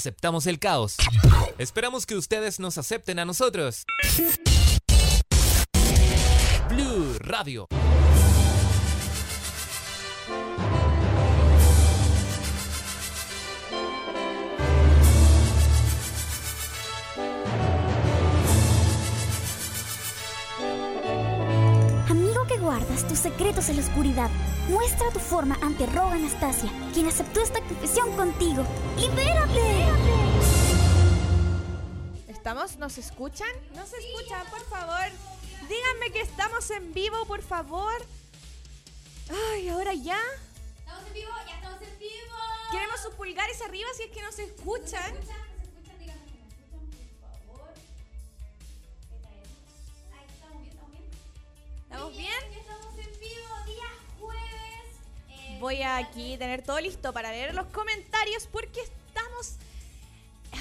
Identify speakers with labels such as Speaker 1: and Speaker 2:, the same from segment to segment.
Speaker 1: Aceptamos el caos. Esperamos que ustedes nos acepten a nosotros. Blue Radio.
Speaker 2: Amigo que guardas tus secretos en la oscuridad, muestra tu forma ante Rob Anastasia, quien aceptó esta confesión contigo. ¡Libérate!
Speaker 3: ¿Estamos? ¿Nos escuchan? ¿Nos escuchan, por favor? Díganme que estamos en vivo, por favor. Ay, ahora ya.
Speaker 4: Estamos en vivo, ya estamos en vivo.
Speaker 3: Queremos sus pulgares arriba si es que nos escuchan.
Speaker 4: ¿Se escuchan? ¿Se escuchan? Díganme que me escuchan, por favor. Ahí estamos bien, estamos bien.
Speaker 3: ¿Estamos
Speaker 4: Sí,
Speaker 3: bien?
Speaker 4: ya estamos en vivo, día jueves. Eh,
Speaker 3: Voy a aquí tener todo listo para leer los comentarios porque estamos...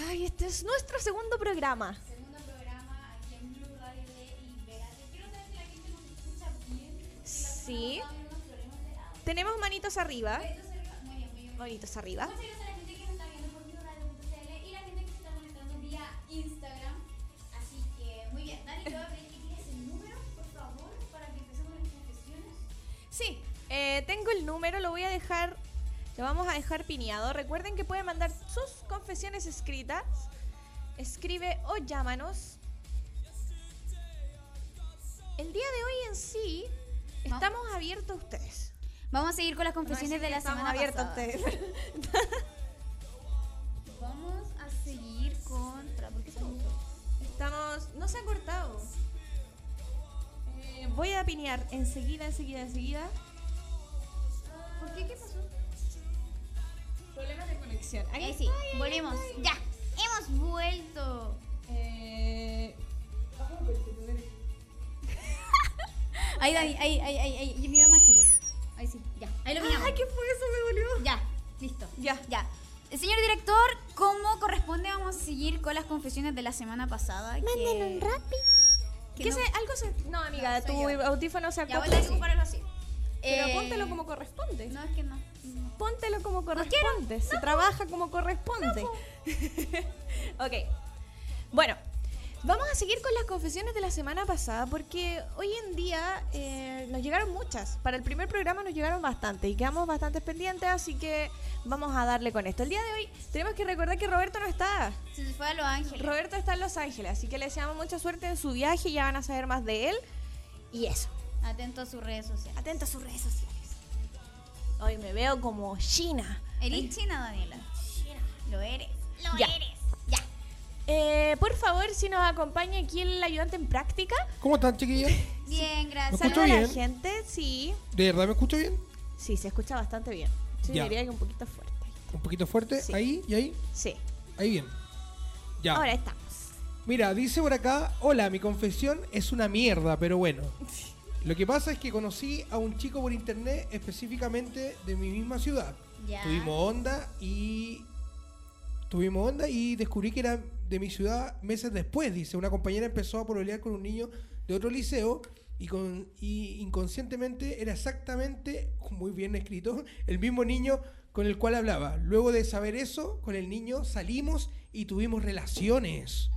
Speaker 3: Ay, este es nuestro segundo programa.
Speaker 4: Segundo programa aquí en Blue Radio de Iberate. Quiero saber si la gente nos escucha bien. porque la
Speaker 3: Sí. Ah.
Speaker 4: semana pasada vieron unos problemas de audio.
Speaker 3: Tenemos manitos arriba.
Speaker 4: Entonces, muy bien, muy bien.
Speaker 3: Manitos arriba.
Speaker 4: Muchas gracias a la gente que nos está viendo por BlueRadio.cl y la gente que se está conectando vía Instagram. Así que, muy bien. Dani, te voy a pedir que tienes el número, por favor, para que empecemos las confesiones.
Speaker 3: Sí, eh, tengo el número, lo voy a dejar, lo vamos a dejar pineado. Recuerden que pueden mandar sus confesiones escritas. Escribe o llámanos. El día de hoy en sí
Speaker 4: Va-
Speaker 3: estamos abiertos a ustedes.
Speaker 4: Vamos a seguir con las confesiones de la
Speaker 3: Estamos
Speaker 4: semana
Speaker 3: abiertos a
Speaker 4: pasada.
Speaker 3: ustedes.
Speaker 4: Vamos a seguir contra. ¿Por qué se cortó?
Speaker 3: Estamos, no se ha cortado. Eh, voy a pinear enseguida, enseguida, enseguida.
Speaker 4: ¿Por qué? ¿Qué pasó?
Speaker 3: Problemas de conexión.
Speaker 4: Ahí sí, volvemos. Ya, hemos vuelto.
Speaker 3: Eh,
Speaker 4: Ahí, Dani, ahí, ahí, ahí, ahí. Y mi mamá chico. Ahí sí, ya. Ahí lo miramos.
Speaker 3: ¡Ay, qué fue eso! Me volvió.
Speaker 4: Ya, listo.
Speaker 3: Ya.
Speaker 4: Ya. Eh, Señor director, ¿cómo corresponde? Vamos a seguir con las confesiones de la semana pasada. que-
Speaker 2: Manden un rapi.
Speaker 3: Eh,
Speaker 4: que
Speaker 3: ¿Qué
Speaker 4: no-
Speaker 3: se, algo se... No, amiga,
Speaker 4: No, soy
Speaker 3: tu
Speaker 4: yo.
Speaker 3: audífono se
Speaker 4: Ya, voy a
Speaker 3: acopla.
Speaker 4: tener que ocuparlo así.
Speaker 3: Pero
Speaker 4: Eh,
Speaker 3: póntelo como corresponde.
Speaker 4: No, es que no. No.
Speaker 3: Póntelo como corresponde. se trabaja como corresponde. ok. Bueno, vamos a seguir con las confesiones de la semana pasada porque hoy en día eh, nos llegaron muchas. Para el primer programa nos llegaron bastantes y quedamos bastantes pendientes, así que vamos a darle con esto. El día de hoy tenemos que recordar que Roberto no está.
Speaker 4: Se fue a Los Ángeles.
Speaker 3: Roberto está en Los Ángeles, así que le deseamos mucha suerte en su viaje, ya van a saber más de él. Y eso.
Speaker 4: Atento a sus redes sociales.
Speaker 3: Atento a sus redes sociales. Hoy me veo como China.
Speaker 4: ¿Eres china, Daniela? Lo eres. Lo
Speaker 3: Ya.
Speaker 4: eres. Ya.
Speaker 3: Eh, por favor, si nos acompaña aquí el ayudante en práctica.
Speaker 5: ¿Cómo están, chiquillos?
Speaker 4: Bien,
Speaker 5: ¿Me
Speaker 4: gracias.
Speaker 5: escucho
Speaker 3: Saluda a la
Speaker 5: bien?
Speaker 3: gente, sí.
Speaker 5: ¿De verdad me escucho bien?
Speaker 3: Sí, se escucha bastante bien. Yo
Speaker 5: Ya.
Speaker 3: diría que un poquito fuerte.
Speaker 5: Un poquito fuerte.
Speaker 3: Sí.
Speaker 5: Ahí y ahí.
Speaker 3: Sí.
Speaker 5: Ahí bien. Ya.
Speaker 3: Ahora estamos.
Speaker 5: Mira, dice por acá, hola, mi confesión es una mierda, pero bueno. Lo que pasa es que conocí a un chico por internet específicamente de mi misma ciudad.
Speaker 4: Ya.
Speaker 5: Tuvimos onda y... Tuvimos onda y descubrí que era de mi ciudad meses después, dice. Una compañera empezó a pololear con un niño de otro liceo y, con, y inconscientemente era exactamente, muy bien escrito, el mismo niño con el cual hablaba. Luego de saber eso, con el niño salimos y tuvimos relaciones.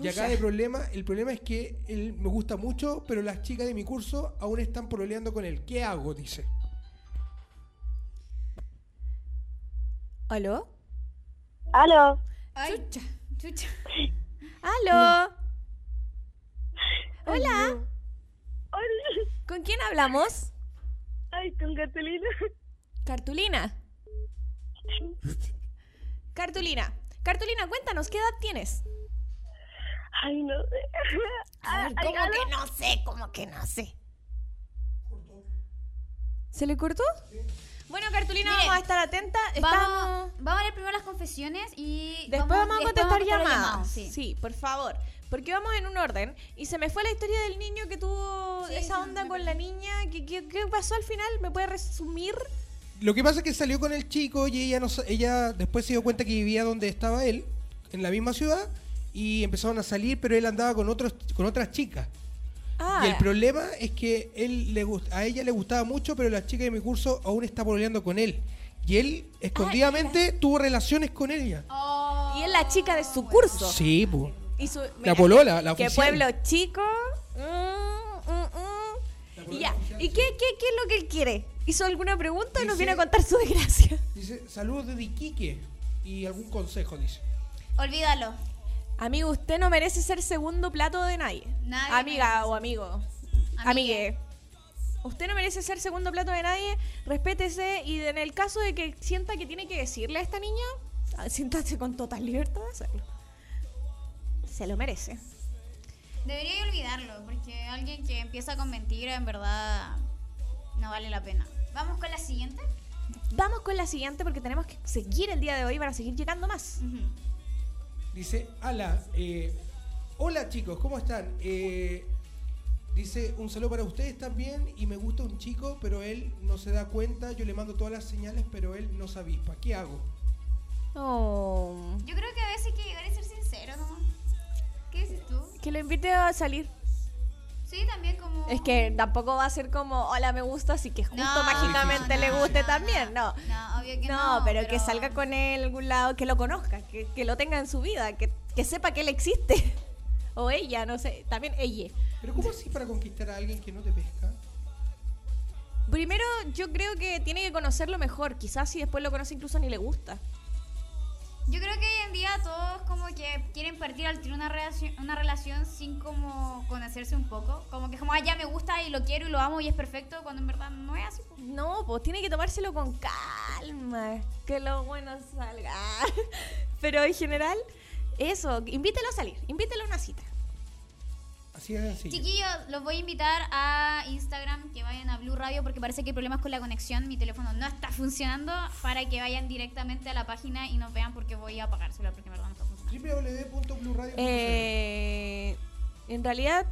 Speaker 5: Y acá de problema, el problema es que él me gusta mucho, pero las chicas de mi curso aún están pololeando con él. ¿Qué hago? Dice.
Speaker 3: ¿Aló?
Speaker 6: Aló,
Speaker 4: Ay, chucha. Chucha.
Speaker 3: ¿Aló? Hola.
Speaker 6: hola,
Speaker 3: ¿Con quién hablamos?
Speaker 6: ay, con Catalina.
Speaker 3: Cartulina. Cartulina. Cartulina, cuéntanos, ¿qué edad tienes?
Speaker 6: Ay, no sé.
Speaker 3: A ver,
Speaker 6: Ay,
Speaker 3: ¿cómo
Speaker 6: aló.
Speaker 3: que no sé? ¿Cómo que no sé? ¿Se le cortó? Bueno, Cartulina,
Speaker 4: Mire,
Speaker 3: vamos a estar atenta.
Speaker 4: Vamos,
Speaker 3: Estamos...
Speaker 4: vamos a leer primero las confesiones y.
Speaker 3: Después vamos, a
Speaker 4: después
Speaker 3: contestar
Speaker 4: vamos a los
Speaker 3: llamadas.
Speaker 4: llamados,
Speaker 3: sí.
Speaker 4: sí.
Speaker 3: por favor. Porque vamos en un orden. Y se me fue la historia del niño que tuvo
Speaker 4: Sí,
Speaker 3: esa
Speaker 4: sí,
Speaker 3: onda
Speaker 4: me
Speaker 3: con la niña. ¿Qué, qué, qué pasó al final? ¿Me puede resumir?
Speaker 5: Lo que pasa es que salió con el chico y ella, no, sa- ella después se dio cuenta que vivía donde estaba él, en la misma ciudad, y empezaron a salir, pero él andaba con, otros, con otras chicas.
Speaker 3: Ah,
Speaker 5: Y el problema es que él le gust- a ella le gustaba mucho, pero la chica de mi curso aún está pololeando con él. Y él, escondidamente, tuvo relaciones con ella.
Speaker 4: Oh,
Speaker 3: Y es la chica de su curso.
Speaker 5: Sí, pues.
Speaker 3: Y su-
Speaker 5: La
Speaker 3: mira,
Speaker 5: polola, la
Speaker 3: Que
Speaker 5: oficial.
Speaker 3: pueblo chico. mm, mm, mm. Y ya. ¿Y qué, qué, qué es lo que él quiere? ¿Hizo alguna pregunta y nos
Speaker 5: Dice-
Speaker 3: viene a contar su desgracia?
Speaker 5: Dice, saludos de Iquique. Y algún consejo, dice.
Speaker 4: Olvídalo.
Speaker 3: Amigo, usted no merece ser segundo plato de nadie.
Speaker 4: Nadie
Speaker 3: Amiga
Speaker 4: merece.
Speaker 3: o amigo.
Speaker 4: Amigue.
Speaker 3: Amigue. Usted no merece ser segundo plato de nadie, respétese y en el caso de que sienta que tiene que decirle a esta niña, ah, siéntase con total libertad de hacerlo. Se lo merece.
Speaker 4: Debería olvidarlo, porque alguien que empieza con mentira en verdad no vale la pena. Vamos con la siguiente.
Speaker 3: Vamos con la siguiente porque tenemos que seguir el día de hoy para seguir llegando más.
Speaker 4: Ujú.
Speaker 5: Dice, ala, eh, hola chicos, ¿cómo están? Eh, dice, un saludo para ustedes también y me gusta un chico, pero él no se da cuenta, yo le mando todas las señales, pero él no se avispa. ¿Qué hago?
Speaker 3: Oh.
Speaker 4: Yo creo que a veces hay que llegar a ser sincero, ¿no? ¿Qué dices tú?
Speaker 3: Que lo invite a salir.
Speaker 4: Sí, también como...
Speaker 3: Es que tampoco va a ser como, hola, me gusta, así que justo
Speaker 4: No,
Speaker 3: mágicamente
Speaker 4: no,
Speaker 3: le
Speaker 4: no,
Speaker 3: guste
Speaker 4: no,
Speaker 3: también, no.
Speaker 4: No, obvio que no.
Speaker 3: No, pero, que salga con él a algún lado, que lo conozca, que, que lo tenga en su vida, que, que sepa que él existe. O ella, no sé, también ella.
Speaker 5: Pero ¿cómo así para conquistar a alguien que no te pesca?
Speaker 3: Primero, yo creo que tiene que conocerlo mejor. Quizás si después lo conoce incluso ni le gusta.
Speaker 4: Yo creo que hoy en día todos como que quieren partir al tiro una relación, una relación sin como conocerse un poco. Como que como, ah, ya me gusta y lo quiero y lo amo y es perfecto, cuando en verdad no es así. po.
Speaker 3: No, pues tiene que tomárselo con calma. Que lo bueno salga. Pero en general, eso, invítelo a salir, invítelo a una cita.
Speaker 5: Así es así.
Speaker 4: Chiquillos, los voy a invitar a Instagram, que vayan a Blue Radio, porque parece que hay problemas con la conexión. Mi teléfono no está funcionando, para que vayan directamente a la página y nos vean porque voy a apagar el celular, porque en verdad no está funcionando.
Speaker 5: www.bluradio.cl
Speaker 3: Eh, en realidad,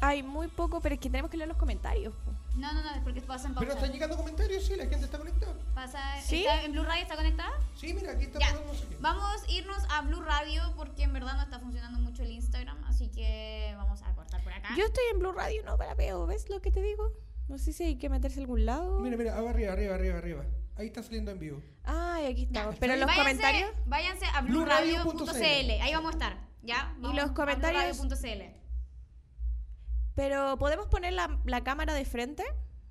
Speaker 3: hay muy poco, pero es que tenemos que leer los comentarios. po.
Speaker 4: No, no, no, es porque pasan
Speaker 5: Pero están
Speaker 4: pausa.
Speaker 5: llegando comentarios, sí, la gente está conectada.
Speaker 4: Pasa,
Speaker 3: ¿Sí?
Speaker 4: ¿está ¿En Blue Radio está conectada?
Speaker 5: Sí, mira, aquí está
Speaker 4: Ya.
Speaker 5: pasando no sé qué.
Speaker 4: Vamos a irnos a Blue Radio porque en verdad no está funcionando mucho el Instagram, así que vamos a cortar por acá.
Speaker 3: Yo estoy en Blue Radio, no para peo, ¿ves lo que te digo? No sé si hay que meterse a algún lado.
Speaker 5: Mira, mira, arriba, arriba, arriba, arriba. Ahí está saliendo en vivo.
Speaker 3: Ay, aquí estamos. Pero los
Speaker 4: Váyanse-
Speaker 3: comentarios.
Speaker 4: Váyanse a
Speaker 5: BluRadio.cl.
Speaker 4: blueradio.cl, ahí vamos a estar, ¿ya? Vamos
Speaker 3: los
Speaker 4: a
Speaker 3: comentarios-
Speaker 4: BluRadio.cl.
Speaker 3: Pero podemos poner la, la cámara de frente,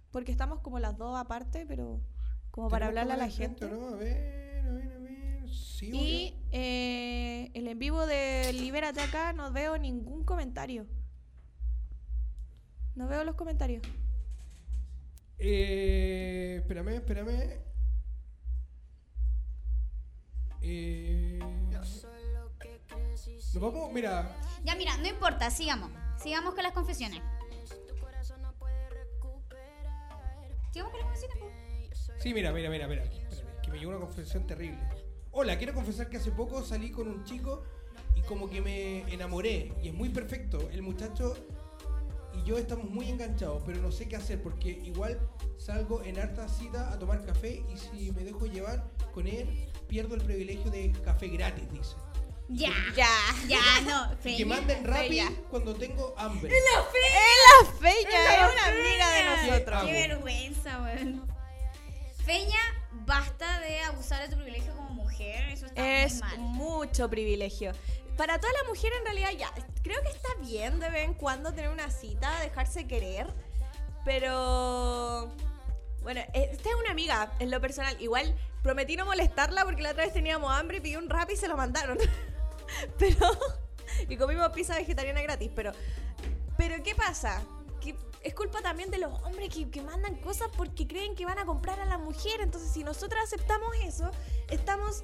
Speaker 3: porque estamos como las dos aparte, pero como para
Speaker 5: Tenemos
Speaker 3: hablarle a la
Speaker 5: cámara de frente,
Speaker 3: gente.
Speaker 5: ¿no? A ver, a ver, a ver. Sí,
Speaker 3: Y eh, el en vivo de Libérate acá no veo ningún comentario. No veo los comentarios.
Speaker 5: Eh, espérame, espérame. Eh, nos vamos, mira.
Speaker 4: Ya mira, no importa, sigamos. Sigamos con las confesiones. Sigamos con las confesiones. po.
Speaker 5: Sí, mira, mira, mira, mira. Espérame, que me llegó una confesión terrible. Hola, quiero confesar que hace poco salí con un chico y como que me enamoré. Y es muy perfecto. El muchacho y yo estamos muy enganchados, pero no sé qué hacer porque igual salgo en harta cita a tomar café y si me dejo llevar con él, pierdo el privilegio de café gratis, dice.
Speaker 4: Ya,
Speaker 3: Ya.
Speaker 4: ya, no.
Speaker 5: Y que manden rápido cuando tengo hambre.
Speaker 3: ¡Es la feña! Es
Speaker 4: Feña.
Speaker 3: una amiga de
Speaker 5: ¿Qué
Speaker 3: nosotros.
Speaker 5: hago?
Speaker 4: Qué vergüenza, weón. Feña, basta de abusar de tu privilegio como mujer. Eso está
Speaker 3: Es
Speaker 4: muy mal.
Speaker 3: mucho privilegio. Para toda la mujer en realidad ya, creo que está bien de vez en cuando tener una cita, dejarse querer, pero bueno, eh, esta es una amiga en lo personal. Igual prometí no molestarla porque la otra vez teníamos hambre y pedí un rap y se lo mandaron. pero y comimos pizza vegetariana gratis, pero pero ¿qué pasa? Que es culpa también de los hombres que, que mandan cosas porque creen que van a comprar a la mujer. Entonces, si nosotras aceptamos eso, estamos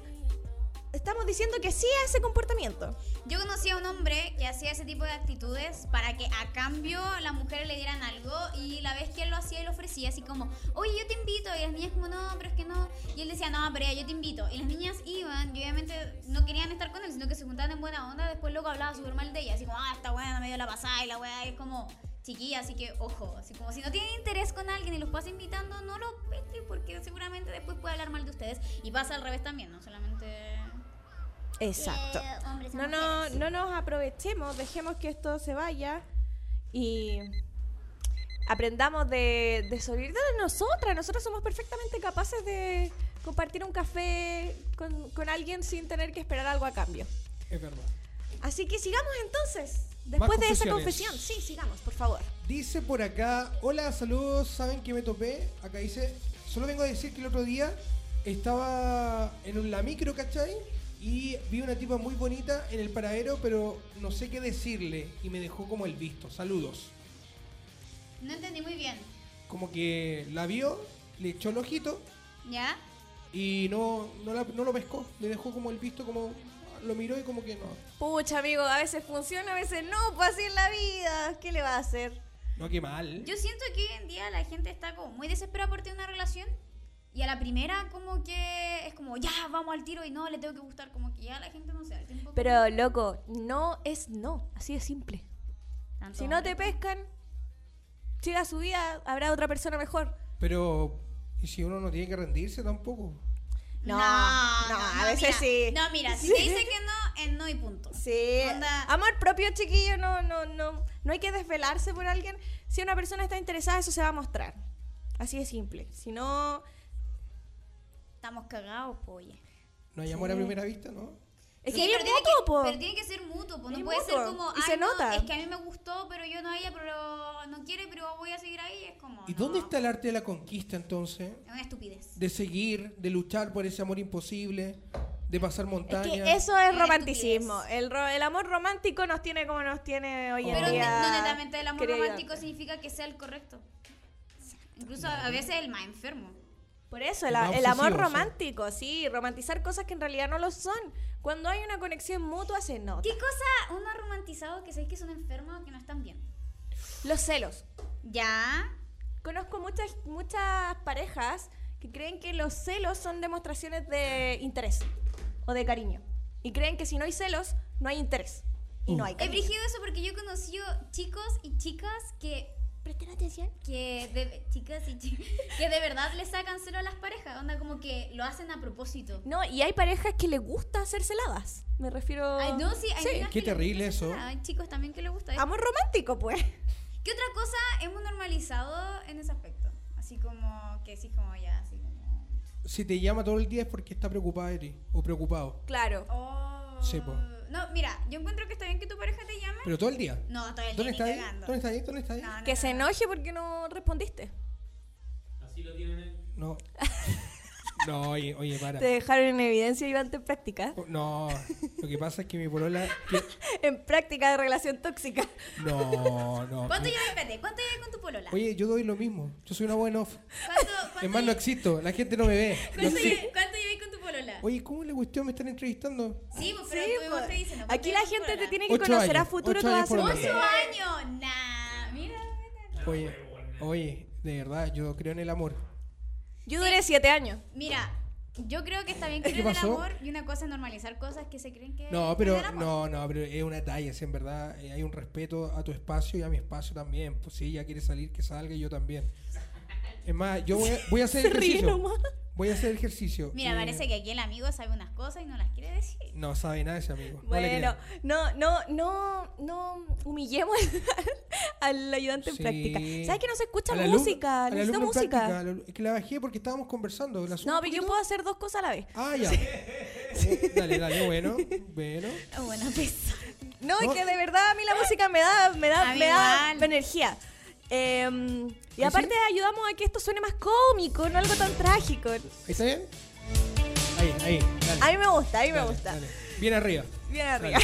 Speaker 3: estamos diciendo que sí a ese comportamiento.
Speaker 4: Yo conocí a un hombre que hacía ese tipo de actitudes para que a cambio las mujeres le dieran algo y la vez que él lo hacía, él ofrecía así como, oye, yo te invito. Y las niñas como, no, pero es que no. Y él decía, no, pero ya, yo te invito. Y las niñas iban y obviamente no querían estar con él, sino que se juntaban en buena onda. Después luego hablaba súper mal de ella, así como, ah, esta buena me dio la pasada y la weá es como chiquilla, así que ojo. Así como si no tienen interés con alguien y los pasa invitando, no lo pesquen porque seguramente después puede hablar mal de ustedes. Y pasa al revés también, no solamente...
Speaker 3: Exacto.
Speaker 4: eh, hombres a
Speaker 3: No, no, no nos aprovechemos, dejemos que esto se vaya y aprendamos de, de sobrevivir de nosotras. Nosotras somos perfectamente capaces de compartir un café con, con alguien sin tener que esperar algo a cambio.
Speaker 5: Es verdad.
Speaker 3: Así que sigamos entonces. Después de esa
Speaker 5: confesiones.
Speaker 3: confesión. Sí, sigamos, por favor.
Speaker 5: Dice por acá, hola, saludos, ¿saben que me topé? Acá dice, solo vengo a decir que el otro día estaba en un- la micro, ¿cachai? Y vi una tipa muy bonita en el paradero, pero no sé qué decirle y me dejó como el visto, saludos.
Speaker 4: No entendí muy bien.
Speaker 5: Como que la vio, le echó el ojito
Speaker 4: ¿Ya?
Speaker 5: y no, no, la- no lo pescó, le dejó como el visto, como lo miró y como que no,
Speaker 3: Pucha, amigo, a veces funciona, a veces no, pues así es la vida. ¿Qué le va a hacer?
Speaker 5: no, qué mal.
Speaker 4: Yo siento que hoy en día la gente está como muy desesperada por tener una relación y a la primera como que es como ya vamos al tiro y no le tengo que gustar como que ya la gente no se da el tiempo.
Speaker 3: Pero, loco, no es no. Así de simple.
Speaker 4: Tanto
Speaker 3: Si no te
Speaker 4: hombre.
Speaker 3: pescan, siga su vida, habrá otra persona mejor.
Speaker 5: Pero, ¿y si uno no tiene que rendirse tampoco?
Speaker 3: No, no, a veces
Speaker 4: mira.
Speaker 3: sí.
Speaker 4: No, mira, si
Speaker 3: Sí.
Speaker 4: te dice que no, es no y punto.
Speaker 3: Sí.
Speaker 4: Onda-
Speaker 3: Amor propio, chiquillo, no, no, no. No hay que desvelarse por alguien. Si una persona está interesada, eso se va a mostrar. Así de simple. Si no,
Speaker 4: Estamos cagados, polla.
Speaker 5: No hay amor a primera vista, ¿no?
Speaker 3: es
Speaker 4: Sí,
Speaker 3: que es
Speaker 4: pero tiene
Speaker 3: mutuo,
Speaker 4: que-
Speaker 3: po.
Speaker 4: Pero tiene que ser mutuo, po. No
Speaker 3: Es
Speaker 4: puede ser
Speaker 3: mutuo,
Speaker 4: como.
Speaker 3: y se
Speaker 4: "Ay, no,
Speaker 3: nota".
Speaker 4: es que a mí me gustó, pero yo no a ella, pero no quiere, pero voy a seguir ahí. Es como.
Speaker 5: ¿Y
Speaker 4: no.
Speaker 5: dónde está el arte de la conquista entonces?
Speaker 4: Es una estupidez.
Speaker 5: De seguir, de luchar por ese amor imposible, de pasar
Speaker 3: Es
Speaker 5: montañas.
Speaker 3: que eso es
Speaker 4: Una
Speaker 3: romanticismo. El, ro- el amor romántico nos tiene como nos tiene hoy en
Speaker 4: Pero ne-
Speaker 3: día.
Speaker 4: no netamente el amor
Speaker 3: querido.
Speaker 4: romántico significa que sea el correcto. Incluso a a veces el más enfermo.
Speaker 3: Por eso, el,
Speaker 5: Más
Speaker 3: el amor
Speaker 5: obsesivo, sí.
Speaker 3: romántico, sí. Romantizar cosas que en realidad no lo son. Cuando hay una conexión mutua, se nota.
Speaker 4: ¿Qué cosa uno ha romantizado que sabéis que son enfermos o que no están bien?
Speaker 3: Los celos.
Speaker 4: Ya.
Speaker 3: Conozco muchas, muchas parejas que creen que los celos son demostraciones de interés o de cariño. Y creen que si no hay celos, no hay interés. Y
Speaker 5: Mm.
Speaker 3: no hay
Speaker 4: He
Speaker 3: cariño.
Speaker 4: brigido eso porque yo he conocido chicos y chicas que
Speaker 2: Presten atención.
Speaker 4: que de, chicas y chi- que de verdad le sacan celo a las parejas, onda como que lo hacen a propósito.
Speaker 3: No, y hay parejas que les gusta ser celadas. Me refiero.
Speaker 4: Ay, no, sí, hay niñas
Speaker 5: Qué
Speaker 4: que les
Speaker 5: terrible
Speaker 4: gusta
Speaker 5: eso.
Speaker 4: esa nada, Hay chicos también que les gusta eso.
Speaker 3: Amor romántico, pues.
Speaker 4: ¿Qué otra cosa hemos normalizado en ese aspecto? Así como que sí como ya, así como
Speaker 5: Si te llama todo el día es porque está preocupada de ti, o preocupado.
Speaker 3: Claro.
Speaker 4: oh.
Speaker 5: Sí, po.
Speaker 4: No, mira, yo encuentro que está bien que tu pareja te llame.
Speaker 5: Pero todo el día.
Speaker 4: No, todo el día
Speaker 5: ¿Dónde
Speaker 4: ni
Speaker 5: está ahí?
Speaker 4: cagando.
Speaker 5: ¿Dónde está ahí? ¿Dónde está ahí?
Speaker 4: No, no,
Speaker 3: Que se
Speaker 4: no, no.
Speaker 3: enoje porque no respondiste.
Speaker 5: No. No, oye, oye, para. Oh,
Speaker 3: Te dejaron en evidencia, Iván, en práctica.
Speaker 5: No, lo que pasa es que mi polola... que-
Speaker 3: En práctica de relación tóxica.
Speaker 5: No, no.
Speaker 4: ¿Cuánto llevas, espérate, cuánto llevas con tu polola?
Speaker 5: Oye, yo doy lo mismo. Yo soy una buena off.
Speaker 4: ¿Cuánto, cuánto,
Speaker 5: Es más, no
Speaker 4: lle-
Speaker 5: existo. La gente no me ve. No
Speaker 4: cuánto
Speaker 5: exi-
Speaker 4: lle- cuánto llevas con tu polola?
Speaker 5: Oye, ¿cómo es la cuestión? ¿Me están entrevistando?
Speaker 4: Sí, pues,
Speaker 3: Sí,
Speaker 4: pero
Speaker 3: pues.
Speaker 4: tú te dicen, ¿no?
Speaker 3: Aquí la
Speaker 4: ¿Cuánto llevas con tu
Speaker 3: gente te
Speaker 4: polola?
Speaker 3: tiene que
Speaker 5: Ocho
Speaker 3: conocer a
Speaker 5: años,
Speaker 3: futuro.
Speaker 5: ocho
Speaker 3: Te va a
Speaker 5: años por
Speaker 3: hacer-
Speaker 5: lo menos.
Speaker 4: Ocho años, nah, mira. mira.
Speaker 5: Oye, oye, de verdad, yo creo en el amor.
Speaker 3: Yo duré siete años.
Speaker 4: Mira, yo creo que está bien
Speaker 5: ¿Qué
Speaker 4: creer en el
Speaker 5: pasó?
Speaker 4: amor y una cosa es normalizar cosas que se creen que
Speaker 5: No,
Speaker 4: es
Speaker 5: pero
Speaker 4: del amor.
Speaker 5: no, no, pero es una talla, si en verdad eh, hay un respeto a tu espacio y a mi espacio también. Pues si ella quiere salir, que salga y yo también. Es más, yo voy a, voy a hacer
Speaker 3: Se ríe
Speaker 5: ejercicio.
Speaker 3: nomás.
Speaker 5: Voy a hacer ejercicio.
Speaker 4: Mira, parece que aquí el amigo sabe unas cosas y no las quiere decir.
Speaker 5: No sabe nada ese amigo. no le
Speaker 3: Bueno,
Speaker 5: crean.
Speaker 3: no, no, no, no humillemos al ayudante
Speaker 5: Sí.
Speaker 3: en práctica. ¿Sabes que no se escucha
Speaker 5: Al alumno-
Speaker 3: música?
Speaker 5: al
Speaker 3: Necesito
Speaker 5: alumno en
Speaker 3: música.
Speaker 5: práctica, al alu- es que la bajé porque estábamos conversando. ¿la subo
Speaker 3: no,
Speaker 5: un
Speaker 3: pero yo
Speaker 5: poquito?
Speaker 3: puedo hacer dos cosas a la vez.
Speaker 5: Ah, ya. Oh, dale, dale, bueno. Bueno.
Speaker 4: Ah, Bueno, pues.
Speaker 3: No, es
Speaker 5: No.
Speaker 3: que de verdad a mí la música me da, me
Speaker 4: A
Speaker 3: da,
Speaker 4: mí
Speaker 3: me da
Speaker 4: igual.
Speaker 3: energía. Em, y
Speaker 5: ¿Ah,
Speaker 3: aparte ayudamos a que esto suene más cómico, no algo tan trágico.
Speaker 5: ¿Está bien? Ahí, ahí. Dale,
Speaker 3: A mí me gusta, a mí me
Speaker 5: dale,
Speaker 3: gusta.
Speaker 5: dale. Bien arriba.
Speaker 3: Bien arriba.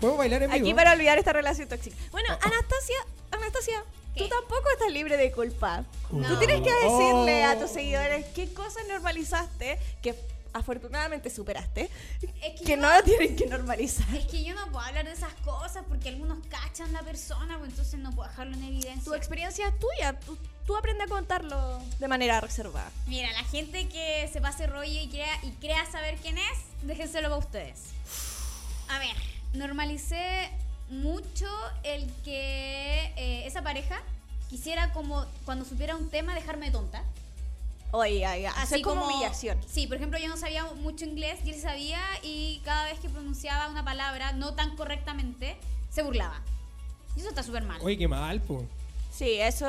Speaker 5: ¿Podemos bailar en vivo?
Speaker 3: Aquí para olvidar esta relación tóxica. Bueno,
Speaker 5: Ah, ah.
Speaker 3: Anastasia, Anastasia,
Speaker 4: ¿Qué?
Speaker 3: tú tampoco estás libre de culpa.
Speaker 4: No.
Speaker 3: Tú tienes que decirle
Speaker 5: Oh.
Speaker 3: a tus seguidores qué cosas normalizaste que afortunadamente superaste,
Speaker 4: Es que,
Speaker 3: que
Speaker 4: yo,
Speaker 3: no lo tienen que normalizar.
Speaker 4: es que yo no puedo hablar de esas cosas porque algunos cachan la persona, pues entonces no puedo dejarlo en evidencia.
Speaker 3: Tu experiencia es tuya, tú, tú aprende a contarlo de manera reservada.
Speaker 4: Mira, la gente que se pase rollo y crea, y crea saber quién es, déjenselo para ustedes. A ver, normalicé mucho el que eh, esa pareja quisiera como cuando supiera un tema dejarme tonta.
Speaker 3: Oye, ay, ay, eso es como, humillación.
Speaker 4: Sí, por ejemplo, yo no sabía mucho inglés y él sabía y cada vez que pronunciaba una palabra no tan correctamente, se burlaba. Y eso está súper mal.
Speaker 5: Oye, qué mal, po.
Speaker 3: Sí, eso.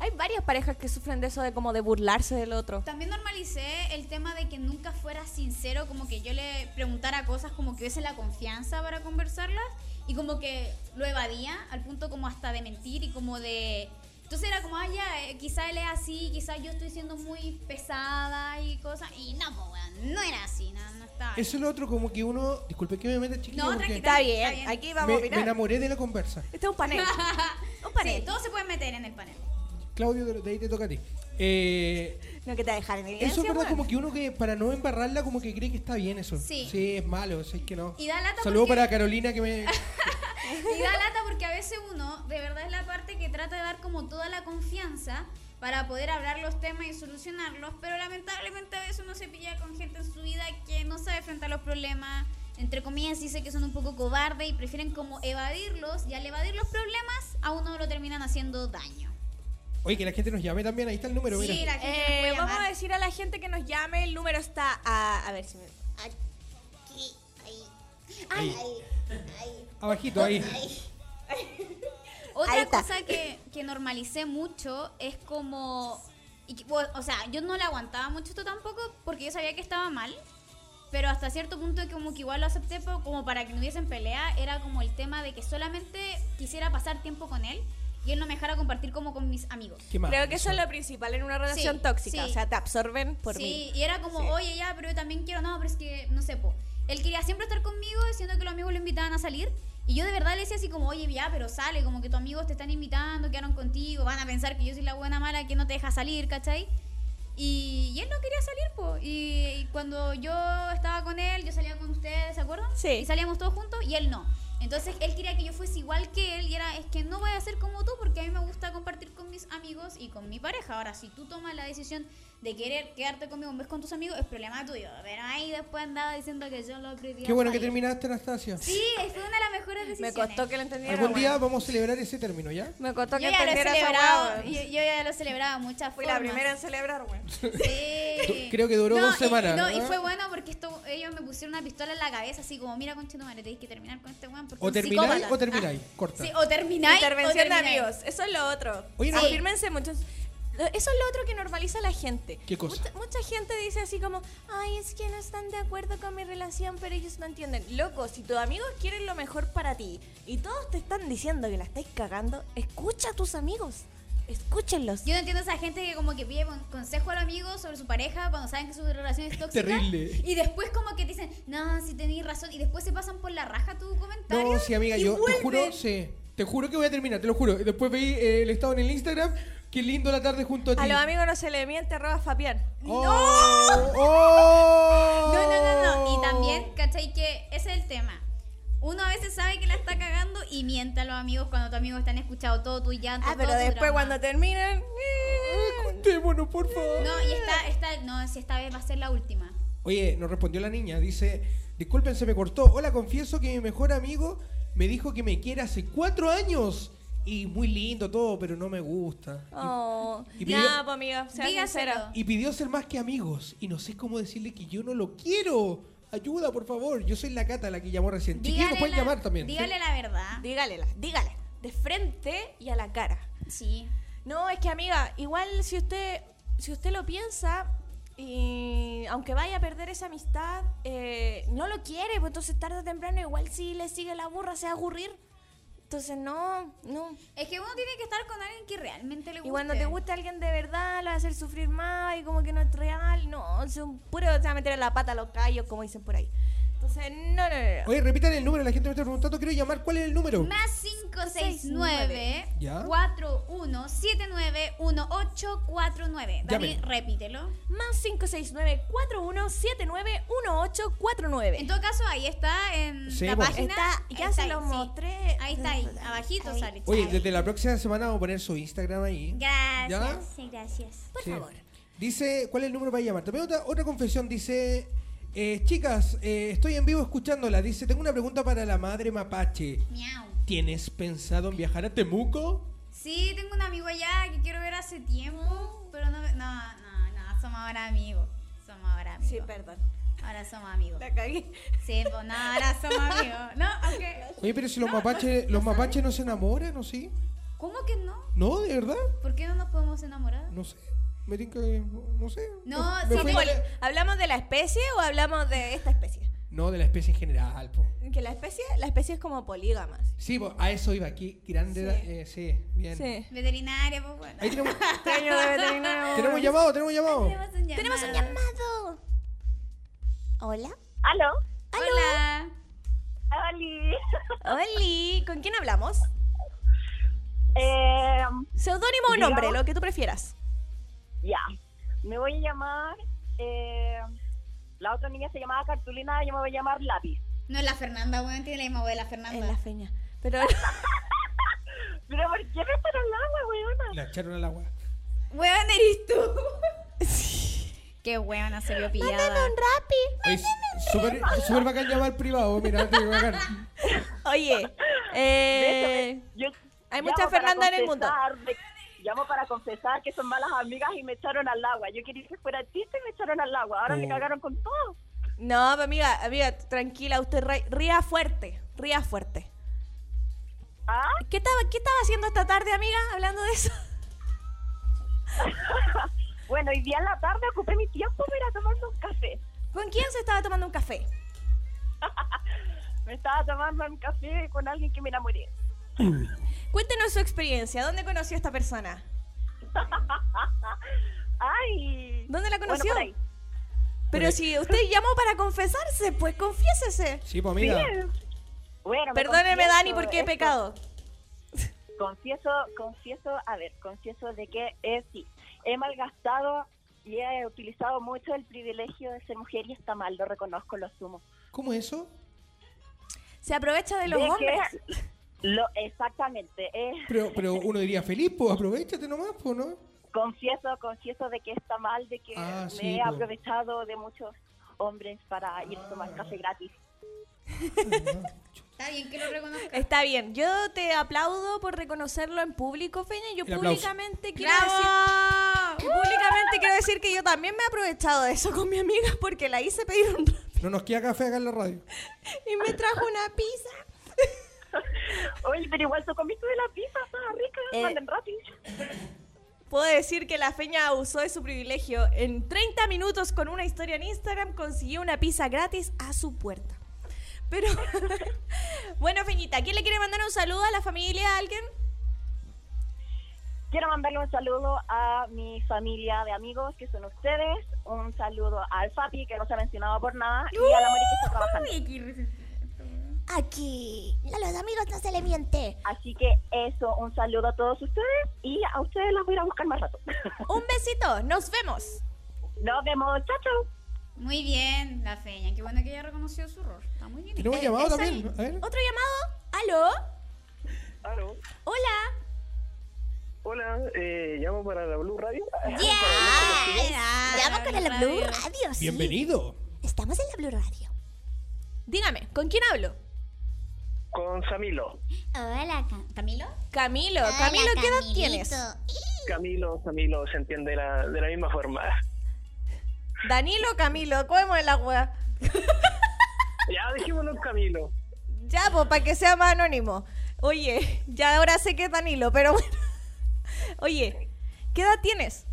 Speaker 3: Hay varias parejas que sufren de eso de como de burlarse del otro.
Speaker 4: También normalicé el tema de que nunca fuera sincero, como que yo le preguntara cosas como que hubiese la confianza para conversarlas y como que lo evadía al punto como hasta de mentir y como de... Entonces era como, ah, ya, eh, quizá él es así, quizá yo estoy siendo muy pesada y cosas. Y no, po, weón, no era así, no, no estaba.
Speaker 5: Eso es lo otro, como que uno. Disculpe que me meta chiquilla.
Speaker 4: No,
Speaker 5: porque
Speaker 3: Está
Speaker 4: tranquila, Está bien,
Speaker 3: bien,
Speaker 4: bien.
Speaker 3: aquí
Speaker 5: me,
Speaker 3: vamos a
Speaker 5: me
Speaker 3: opinar.
Speaker 5: enamoré de la conversa.
Speaker 3: Este es un panel. un panel.
Speaker 4: Sí, todos se pueden meter en el panel.
Speaker 5: Claudio, de de ahí te toca a ti. Eh,
Speaker 3: No que te va a dejar en evidencia.
Speaker 5: eso es verdad,
Speaker 3: weón.
Speaker 5: como que uno que para no embarrarla, como que cree que está bien eso.
Speaker 4: Sí.
Speaker 5: es malo, o sea, es que no.
Speaker 4: Y da lata
Speaker 5: Saludo
Speaker 4: porque-
Speaker 5: para Carolina que me.
Speaker 4: Y da lata porque a veces uno, de verdad, es la parte que trata de dar como toda la confianza para poder hablar los temas y solucionarlos, pero lamentablemente a veces uno se pilla con gente en su vida que no sabe enfrentar los problemas, entre comillas dice que son un poco cobardes y prefieren como evadirlos, y al evadir los problemas a uno lo terminan haciendo daño.
Speaker 5: Oye, que la gente nos llame también, ahí está el número, mira.
Speaker 4: Sí, la gente nos
Speaker 3: Eh,
Speaker 4: puede
Speaker 3: vamos a
Speaker 4: llamar.
Speaker 3: decir a la gente que nos llame. El número está a. A ver si me.
Speaker 4: Ay,
Speaker 5: Abajito, ahí.
Speaker 4: Otra
Speaker 3: Ahí está.
Speaker 4: cosa que, que normalicé mucho es como... y que, bueno, o sea, yo no le aguantaba mucho esto tampoco porque yo sabía que estaba mal, pero hasta cierto punto como que igual lo acepté po- como para que no hubiesen pelea, era como el tema de que solamente quisiera pasar tiempo con él y él no me dejara compartir como con mis amigos.
Speaker 5: ¿Qué más?
Speaker 3: Creo que eso es lo principal en una relación
Speaker 4: Sí,
Speaker 3: tóxica.
Speaker 4: sí.
Speaker 3: O sea, te absorben por
Speaker 4: sí,
Speaker 3: mí.
Speaker 4: y era como,
Speaker 3: Sí.
Speaker 4: oye, ya, pero yo también quiero, no, pero es que, no sé, po. Él quería siempre estar conmigo, siendo que los amigos lo invitaban a salir. Y yo de verdad le decía así como, oye, ya, pero sale, como que tus amigos te están invitando, quedaron contigo, van a pensar que yo soy la buena mala que no te deja salir, ¿cachai? Y, y él no quería salir, po. Y, y cuando yo estaba con él, yo salía con ustedes, ¿se acuerdan?
Speaker 3: Sí.
Speaker 4: Y salíamos todos juntos y él no. Entonces él quería que yo fuese igual que él y era, es que no voy a ser como tú porque a mí me gusta compartir con mis amigos y con mi pareja. Ahora, si tú tomas la decisión de querer quedarte conmigo en vez con tus amigos, es problema tuyo. Pero ahí después andaba diciendo que yo lo criticaba.
Speaker 5: Qué bueno que terminaste, Anastasia.
Speaker 4: Sí, fue una de las mejores
Speaker 3: Me
Speaker 4: decisiones.
Speaker 3: costó que lo entendiera.
Speaker 5: Algún día
Speaker 3: weón.
Speaker 5: vamos a celebrar ese término, ¿ya?
Speaker 3: Me costó
Speaker 4: Yo
Speaker 3: que
Speaker 4: ya, lo he
Speaker 3: entendiera esa
Speaker 4: celebrado,
Speaker 3: weá,
Speaker 4: yo,
Speaker 3: weón.
Speaker 4: yo ya lo celebraba de muchas
Speaker 3: Fui
Speaker 4: formas.
Speaker 3: la primera en celebrar, weón.
Speaker 4: Sí.
Speaker 5: creo que duró dos
Speaker 4: y-
Speaker 5: semanas,
Speaker 4: no, y
Speaker 5: ¿no?
Speaker 4: fue bueno porque esto, ellos me pusieron una pistola en la cabeza, así como, mira, conche tu madre, tenéis que terminar con este weón. porque
Speaker 5: O
Speaker 4: es un
Speaker 5: termináis
Speaker 4: psicópata". Ah,
Speaker 5: o termináis. Corta.
Speaker 4: Sí, o termináis. o
Speaker 3: Intervención de
Speaker 4: termináis.
Speaker 3: amigos. Eso es lo otro.
Speaker 5: Oye, no-
Speaker 3: Afírmense muchos. Lo- Eso es lo otro que normaliza la gente.
Speaker 5: ¿Qué cosa?
Speaker 3: Mucha, mucha gente dice así como, ay, es que no están de acuerdo con mi relación, pero ellos no entienden. Loco, si tus amigos quieren lo mejor para ti y todos te están diciendo que la estáis cagando, escucha a tus amigos. Escúchenlos.
Speaker 4: Yo no entiendo a esa gente que como que pide con- consejo al amigo sobre su pareja cuando saben que su relación es tóxica.
Speaker 5: Terrible.
Speaker 4: Y después como que te dicen, no, si tenéis razón. Y después se pasan por la raja tu comentario.
Speaker 5: No, sí, amiga,
Speaker 4: y
Speaker 5: yo te
Speaker 4: vuelven.
Speaker 5: juro, sí. Te juro que voy a terminar, te lo juro. Después veí eh, el estado en el Instagram. Qué lindo la tarde junto a ti.
Speaker 3: A los amigos no se le miente, arroba Fabián.
Speaker 5: ¡No! ¡Oh!
Speaker 4: No, no, no, no. Y también, ¿cachai? Que ese es el tema. Uno a veces sabe que la está cagando y miente a los amigos cuando tus amigos están escuchado todo tu llanto.
Speaker 3: Ah, pero
Speaker 4: todo tu
Speaker 3: después
Speaker 4: drama.
Speaker 3: cuando terminan...
Speaker 5: Eh, Contémonos, por favor.
Speaker 4: No, y esta, esta, no, si esta vez va a ser la última.
Speaker 5: Oye, nos respondió la niña. Dice: Disculpen, se me cortó. Hola, confieso que mi mejor amigo me dijo que me quiere hace cuatro años. Y muy lindo todo, pero no me gusta. Y-
Speaker 3: Oh,
Speaker 5: Y pidió-
Speaker 3: nada, pues amiga, sea
Speaker 4: Dígaselo.
Speaker 3: sincera.
Speaker 5: Y pidió ser más que amigos. Y no sé cómo decirle que yo no lo quiero. Ayuda, por favor. Yo soy la Cata, la que llamó recién. Chiquillos, pueden
Speaker 4: la,
Speaker 5: llamar también.
Speaker 4: dígale la verdad.
Speaker 3: Dígalela, dígale. De frente y a la cara.
Speaker 4: Sí.
Speaker 3: No, es que amiga, igual si usted, si usted lo piensa, y aunque vaya a perder esa amistad, eh, no lo quiere, pues entonces tarde o temprano igual si le sigue la burra se va a aburrir. Entonces no, no.
Speaker 4: Es que uno tiene que estar con alguien que realmente le guste.
Speaker 3: Y cuando te gusta alguien de verdad, lo va a hacer sufrir más y como que no es real, no, son puros, se va a meter la pata a los callos, como dicen por ahí. Entonces, no, no, no. no.
Speaker 5: Oye, repitan el número. La gente me está preguntando. Quiero llamar. ¿Cuál es el número?
Speaker 4: Más
Speaker 5: ¿Ya?
Speaker 4: 569-4179-1849. Dani,
Speaker 5: Llamen.
Speaker 4: repítelo.
Speaker 3: Más 569-4179-1849.
Speaker 4: En todo caso, ahí está en
Speaker 5: Sí,
Speaker 4: la
Speaker 5: po.
Speaker 4: página.
Speaker 3: Está- ya se
Speaker 4: Ahí está
Speaker 3: lo
Speaker 4: ahí, sí.
Speaker 3: mostré.
Speaker 4: Ahí está, ahí, abajito
Speaker 3: Ahí.
Speaker 4: sale.
Speaker 5: Oye,
Speaker 4: chao.
Speaker 5: desde la próxima semana vamos a poner su Instagram ahí.
Speaker 4: Gracias,
Speaker 5: ¿Ya?
Speaker 4: sí, gracias.
Speaker 3: Por
Speaker 5: Sí.
Speaker 3: favor.
Speaker 5: Dice, ¿cuál es el número para llamar? También otra, otra confesión, dice, eh, chicas, eh, estoy en vivo escuchándola. Dice, tengo una pregunta para la madre mapache.
Speaker 4: Miau.
Speaker 5: ¿Tienes pensado en viajar a Temuco?
Speaker 4: Sí, tengo un amigo allá que quiero ver hace tiempo, pero no, me- no, no, no, somos ahora amigos. Somos ahora amigos.
Speaker 3: Sí, perdón.
Speaker 4: ahora somos amigos.
Speaker 3: La cagué.
Speaker 4: Sí, pues no, ahora somos amigos. No, aunque
Speaker 5: Oye, pero si los mapaches los mapaches no se enamoran, ¿o sí?
Speaker 4: ¿Cómo que no?
Speaker 5: No, de verdad.
Speaker 4: ¿Por qué no nos podemos enamorar?
Speaker 5: No sé. Me tinca que. No sé.
Speaker 4: No,
Speaker 5: me
Speaker 4: sí,
Speaker 5: fui-
Speaker 4: tengo-
Speaker 5: me-
Speaker 3: ¿Hablamos de la especie o hablamos de esta especie?
Speaker 5: No, de la especie en general, po.
Speaker 3: Que la especie, la especie es como polígama. así.
Speaker 5: Sí, po, a eso iba aquí. Grande. da-
Speaker 3: Sí.
Speaker 5: eh, sí bien.
Speaker 3: Sí.
Speaker 4: Veterinaria, pues bueno.
Speaker 5: Ahí tenemos,
Speaker 3: Extraño de veterinario.
Speaker 5: tenemos llamado, tenemos llamado.
Speaker 4: Tenemos un llamado.
Speaker 2: ¡Tenemos un llamado! ¿Hola?
Speaker 7: ¿Aló?
Speaker 4: Hola.
Speaker 7: Oli.
Speaker 3: Oli, ¿con quién hablamos?
Speaker 7: Eh,
Speaker 3: Seudónimo o
Speaker 7: Digamos-
Speaker 3: nombre, lo que tú prefieras.
Speaker 7: ya. Me voy a llamar. eh, la otra niña se llamaba Cartulina, yo me voy a llamar Lápiz.
Speaker 4: No es la Fernanda, bueno, tiene la misma voz de la Fernanda.
Speaker 3: Es la feña. Pero
Speaker 7: Pero ¿por qué me para el agua, weona?
Speaker 5: La echaron al agua.
Speaker 4: Weón eres tú. Qué weona se vio pillada.
Speaker 5: Es súper súper bacán llamar privado. Mira, te digo bacán.
Speaker 3: Oye, eh,
Speaker 7: Yo
Speaker 3: Hay
Speaker 7: llamo
Speaker 3: mucha
Speaker 7: para
Speaker 3: Fernanda en el mundo.
Speaker 7: confesar de- llamo para confesar que son malas amigas y me echaron al agua. Yo quería que fuera chiste y me echaron al agua. Ahora me
Speaker 5: Oh.
Speaker 7: cagaron con todo.
Speaker 3: no, pero amiga, amiga, tranquila, usted ri- ría fuerte, ría fuerte.
Speaker 7: ¿Ah?
Speaker 3: ¿Qué estaba, qué estaba haciendo esta tarde, amiga, hablando de eso?
Speaker 7: Bueno, hoy día en la tarde ocupé mi tiempo para ir a tomarme un café.
Speaker 3: ¿Con quién se estaba tomando un café?
Speaker 7: Me estaba tomando un café con alguien que me enamoré.
Speaker 3: Cuéntenos su experiencia, ¿dónde conoció a esta persona?
Speaker 7: Ay.
Speaker 3: ¿Dónde la
Speaker 7: Bueno,
Speaker 3: conoció?
Speaker 7: por ahí.
Speaker 3: Pero si usted llamó para confesarse, pues confiésese.
Speaker 5: Sí, pues amiga.
Speaker 7: Bueno, me
Speaker 3: Perdóneme,
Speaker 7: confieso
Speaker 3: Dani, porque he
Speaker 7: esto.
Speaker 3: pecado.
Speaker 7: Confieso, confieso, a ver, confieso de que eh, sí, he malgastado y he utilizado mucho el privilegio de ser mujer y está mal, lo reconozco, lo asumo.
Speaker 5: ¿Cómo es eso?
Speaker 3: Se aprovecha de los
Speaker 7: De que-
Speaker 3: hombres.
Speaker 7: lo, exactamente, eh,
Speaker 5: Pero, pero uno diría, Felipe, pues aprovechate nomás, pues, ¿no?
Speaker 7: confieso, confieso de que está mal, de que
Speaker 5: Ah, sí,
Speaker 7: me he
Speaker 5: po.
Speaker 7: aprovechado de muchos hombres para ir a tomar café gratis.
Speaker 4: Está bien que lo reconozca.
Speaker 3: Está bien, yo te aplaudo por reconocerlo en público, Feña. Yo
Speaker 5: El aplauso.
Speaker 3: públicamente quiero decir...
Speaker 4: ¡Bravo!
Speaker 3: Públicamente quiero decir que yo también me he aprovechado de eso con mi amiga porque la hice pedir un ramen
Speaker 5: No nos queda café acá en la radio.
Speaker 3: y me trajo una pizza.
Speaker 7: Oye, pero igual tú comiste de la pizza, estaba rica,
Speaker 3: Eh.
Speaker 7: manden rápido.
Speaker 3: Puedo decir que la feña abusó de su privilegio. En 30 minutos con una historia en Instagram consiguió una pizza gratis a su puerta. Pero bueno, Feñita, ¿quién le quiere mandar un saludo a la familia, a alguien?
Speaker 7: Quiero mandarle un saludo a mi familia de amigos que son ustedes, un saludo al Fapi que no se ha mencionado por nada y a la Mari que está trabajando.
Speaker 4: Uy, qué risa.
Speaker 2: Aquí. A los amigos no se le miente.
Speaker 7: Así que eso, un saludo a todos ustedes y a ustedes las voy a ir a buscar más rato.
Speaker 3: Un besito, nos vemos.
Speaker 7: Nos vemos, chao, chao.
Speaker 4: Muy bien, la feña. Qué bueno que ella reconoció su error. Está muy bien.
Speaker 5: Tenemos
Speaker 3: Eh,
Speaker 5: llamado
Speaker 3: esa-
Speaker 5: también. A ver.
Speaker 3: Otro llamado. ¿Aló? Hola.
Speaker 8: Hola, eh, llamo para la Blue Radio.
Speaker 4: Yeah.
Speaker 2: Llamo con la Blue Radio. sí.
Speaker 5: Bienvenido.
Speaker 2: Estamos en la Blue Radio.
Speaker 3: Dígame, ¿con quién hablo?
Speaker 8: Con Samilo.
Speaker 2: Hola,
Speaker 4: ¿Camilo?
Speaker 3: Camilo. Camilo, ¿qué edad tienes?
Speaker 8: Camilo, Samilo, se entiende la- de la misma forma.
Speaker 3: Danilo, Camilo, ¿cómo es la wea?
Speaker 8: Ya, dejémonos Camilo.
Speaker 3: Ya, pues, para que sea más anónimo. Oye, ya ahora sé que es Danilo, pero bueno. Oye, ¿qué edad tienes?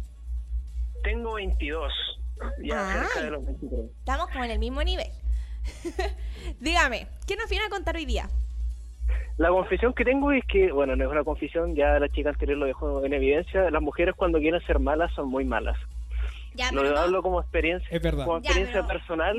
Speaker 8: Tengo 22.
Speaker 3: Ay.
Speaker 8: Ya, cerca de los 23.
Speaker 3: Estamos como en el mismo nivel. Dígame, ¿qué nos viene a contar hoy día?
Speaker 8: La confesión que tengo es que, bueno, no es una confesión, ya la chica anterior lo dejó en evidencia. Las mujeres cuando quieren ser malas son muy malas.
Speaker 4: Ya,
Speaker 8: Lo
Speaker 4: pero no,
Speaker 8: hablo como experiencia,
Speaker 5: Es verdad.
Speaker 8: como
Speaker 4: Ya,
Speaker 8: experiencia
Speaker 4: pero-
Speaker 8: personal.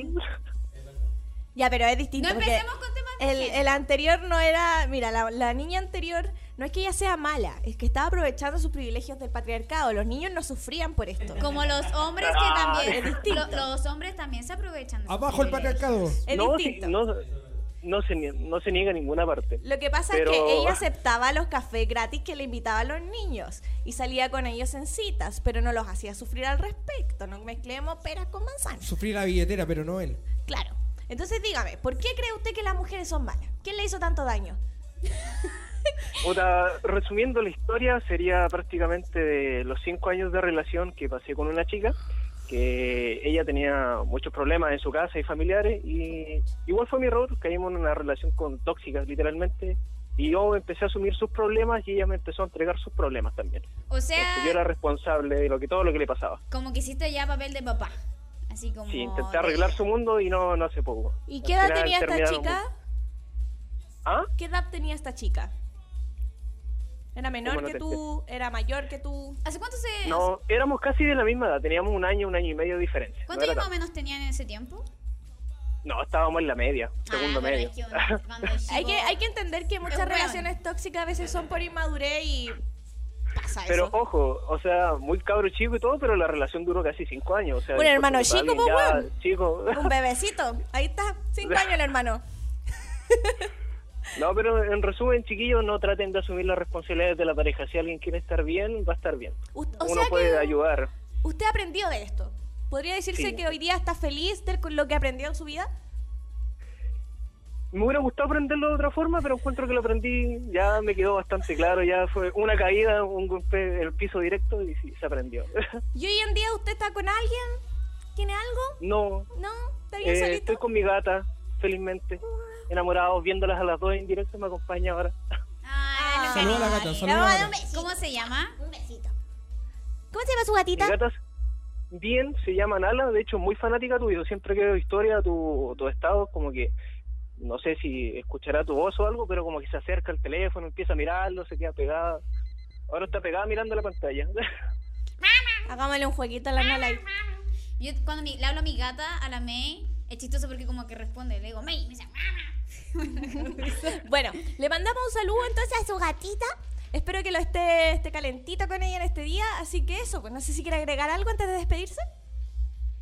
Speaker 3: Ya, pero es
Speaker 4: no
Speaker 3: distinto. porque
Speaker 4: empecemos con temas de
Speaker 3: el,
Speaker 4: género.
Speaker 3: el anterior no era. Mira, la, la niña anterior no es que ella sea mala, es que estaba aprovechando sus privilegios del patriarcado. Los niños no sufrían por esto.
Speaker 4: Como los hombres que
Speaker 8: Ah,
Speaker 4: también. lo- los hombres también se aprovechan. de sus
Speaker 5: Abajo el
Speaker 4: privilegios.
Speaker 5: patriarcado.
Speaker 3: Es
Speaker 8: no,
Speaker 3: distinto.
Speaker 8: si- no, no se, nie- no se niega a ninguna parte.
Speaker 3: Lo que pasa
Speaker 8: Pero-
Speaker 3: es que ella aceptaba los cafés gratis que le invitaban los niños y salía con ellos en citas, pero no los hacía sufrir al respecto. No mezclemos peras con manzanas.
Speaker 5: Sufrí la billetera, pero no él.
Speaker 3: Claro. Entonces dígame, ¿por qué cree usted que las mujeres son malas? ¿Quién le hizo tanto daño?
Speaker 8: Puta, resumiendo la historia, sería prácticamente de los cinco años de relación que pasé con una chica, que ella tenía muchos problemas en su casa y familiares, y igual fue mi error, caímos en una relación con tóxicas, literalmente, Y yo empecé a asumir sus problemas y ella me empezó a entregar sus problemas también.
Speaker 4: O
Speaker 8: Entonces, yo era
Speaker 4: sea,
Speaker 8: responsable de lo que todo lo que le pasaba.
Speaker 4: como que hiciste ya papel de papá. Así como.
Speaker 8: Sí, intenté arreglar su mundo y no, no se pudo.
Speaker 3: ¿Y
Speaker 8: Al
Speaker 3: qué edad
Speaker 8: final
Speaker 3: tenía esta
Speaker 8: terminaron
Speaker 3: chica?
Speaker 8: mu- ¿Ah?
Speaker 3: ¿Qué edad tenía esta chica? ¿Era menor
Speaker 8: Bueno,
Speaker 3: que
Speaker 8: te-
Speaker 3: tú? ¿Era mayor que tú?
Speaker 4: ¿Hace cuánto se.?
Speaker 8: No, éramos casi de la misma edad, teníamos un año, un año y medio de diferencia.
Speaker 4: ¿Cuánto años
Speaker 8: no, era
Speaker 4: más o menos tenían en ese tiempo?
Speaker 8: tanto. no, estábamos en la media, segundo
Speaker 4: ah, pero
Speaker 8: medio.
Speaker 4: es que uno- cuando es
Speaker 3: Hay que,
Speaker 4: chico-
Speaker 3: hay que entender que muchas
Speaker 4: hueón.
Speaker 3: relaciones tóxicas a veces son por inmadurez y pasa
Speaker 8: Pero
Speaker 3: eso.
Speaker 8: ojo, o sea, muy cabro chico y todo, pero la relación duró casi cinco años. O sea,
Speaker 3: Un
Speaker 8: yo
Speaker 3: hermano
Speaker 8: encuentro que
Speaker 3: chico,
Speaker 8: alguien
Speaker 3: pues,
Speaker 8: ya
Speaker 3: weón.
Speaker 8: Chico.
Speaker 3: Un bebecito. Ahí está. Cinco años el hermano.
Speaker 8: No, pero en resumen, chiquillos, no traten de asumir las responsabilidades de la pareja. Si alguien quiere estar bien, va a estar bien.
Speaker 3: Ust- o
Speaker 8: Uno
Speaker 3: sea
Speaker 8: puede
Speaker 3: que
Speaker 8: ayudar.
Speaker 3: usted aprendió de esto. ¿Podría decirse
Speaker 8: Sí.
Speaker 3: que hoy día está feliz de- con lo que aprendió en su vida?
Speaker 8: Me hubiera gustado aprenderlo de otra forma, pero encuentro que lo aprendí, ya me quedó bastante claro, ya fue una caída, un golpe, el piso directo y sí, se aprendió.
Speaker 3: ¿Y hoy en día usted está con alguien? ¿Tiene algo?
Speaker 8: no,
Speaker 3: ¿No? ¿Está bien
Speaker 8: eh,
Speaker 3: solito?
Speaker 8: estoy con mi gata, felizmente, enamorados, viéndolas a las dos en directo, me acompaña ahora.
Speaker 4: Ah,
Speaker 3: Ah.
Speaker 4: los
Speaker 5: Saluda a la
Speaker 4: animales.
Speaker 5: gata, saluda a la gata.
Speaker 4: ¿Cómo se llama?
Speaker 2: ¿Cómo se llama su
Speaker 8: Mis
Speaker 2: gatita?
Speaker 8: gatas bien, se llaman Ala, de hecho muy fanática tuya, siempre que veo historia, tu, tu estado, como que, no sé si escuchará tu voz o algo, pero como que se acerca al teléfono, empieza a mirarlo, se queda pegada. Ahora está pegada mirando la pantalla.
Speaker 3: Hagámosle un jueguito a la Nala. ahí.
Speaker 4: Yo cuando mi- le hablo a mi gata, a la May, es chistoso porque como que responde, le digo, May, me dice, mamá.
Speaker 3: Bueno, le mandamos un saludo entonces a su gatita. Espero que lo esté, esté calentito con ella en este día. Así que eso, pues no sé si quiere agregar algo antes de despedirse.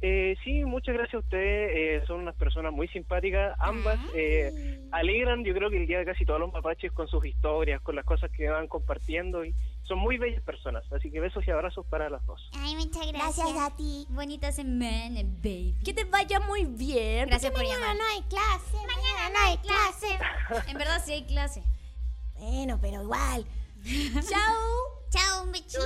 Speaker 8: Eh, sí, muchas gracias a ustedes. eh, son unas personas muy simpáticas. Ambas eh, alegran, yo creo que el día de casi todos los mapaches con sus historias, con las cosas que van compartiendo. y Son muy bellas personas. Así que besos y abrazos para las dos.
Speaker 2: Ay, muchas
Speaker 4: gracias
Speaker 2: a ti.
Speaker 4: Bonita semana, baby.
Speaker 3: Que te vaya muy bien.
Speaker 4: Gracias por
Speaker 2: Mañana
Speaker 4: llamar.
Speaker 2: no hay clase. Mañana no hay clase.
Speaker 4: En verdad sí hay clase.
Speaker 2: Bueno, pero igual. Chao. Chao, un bechito.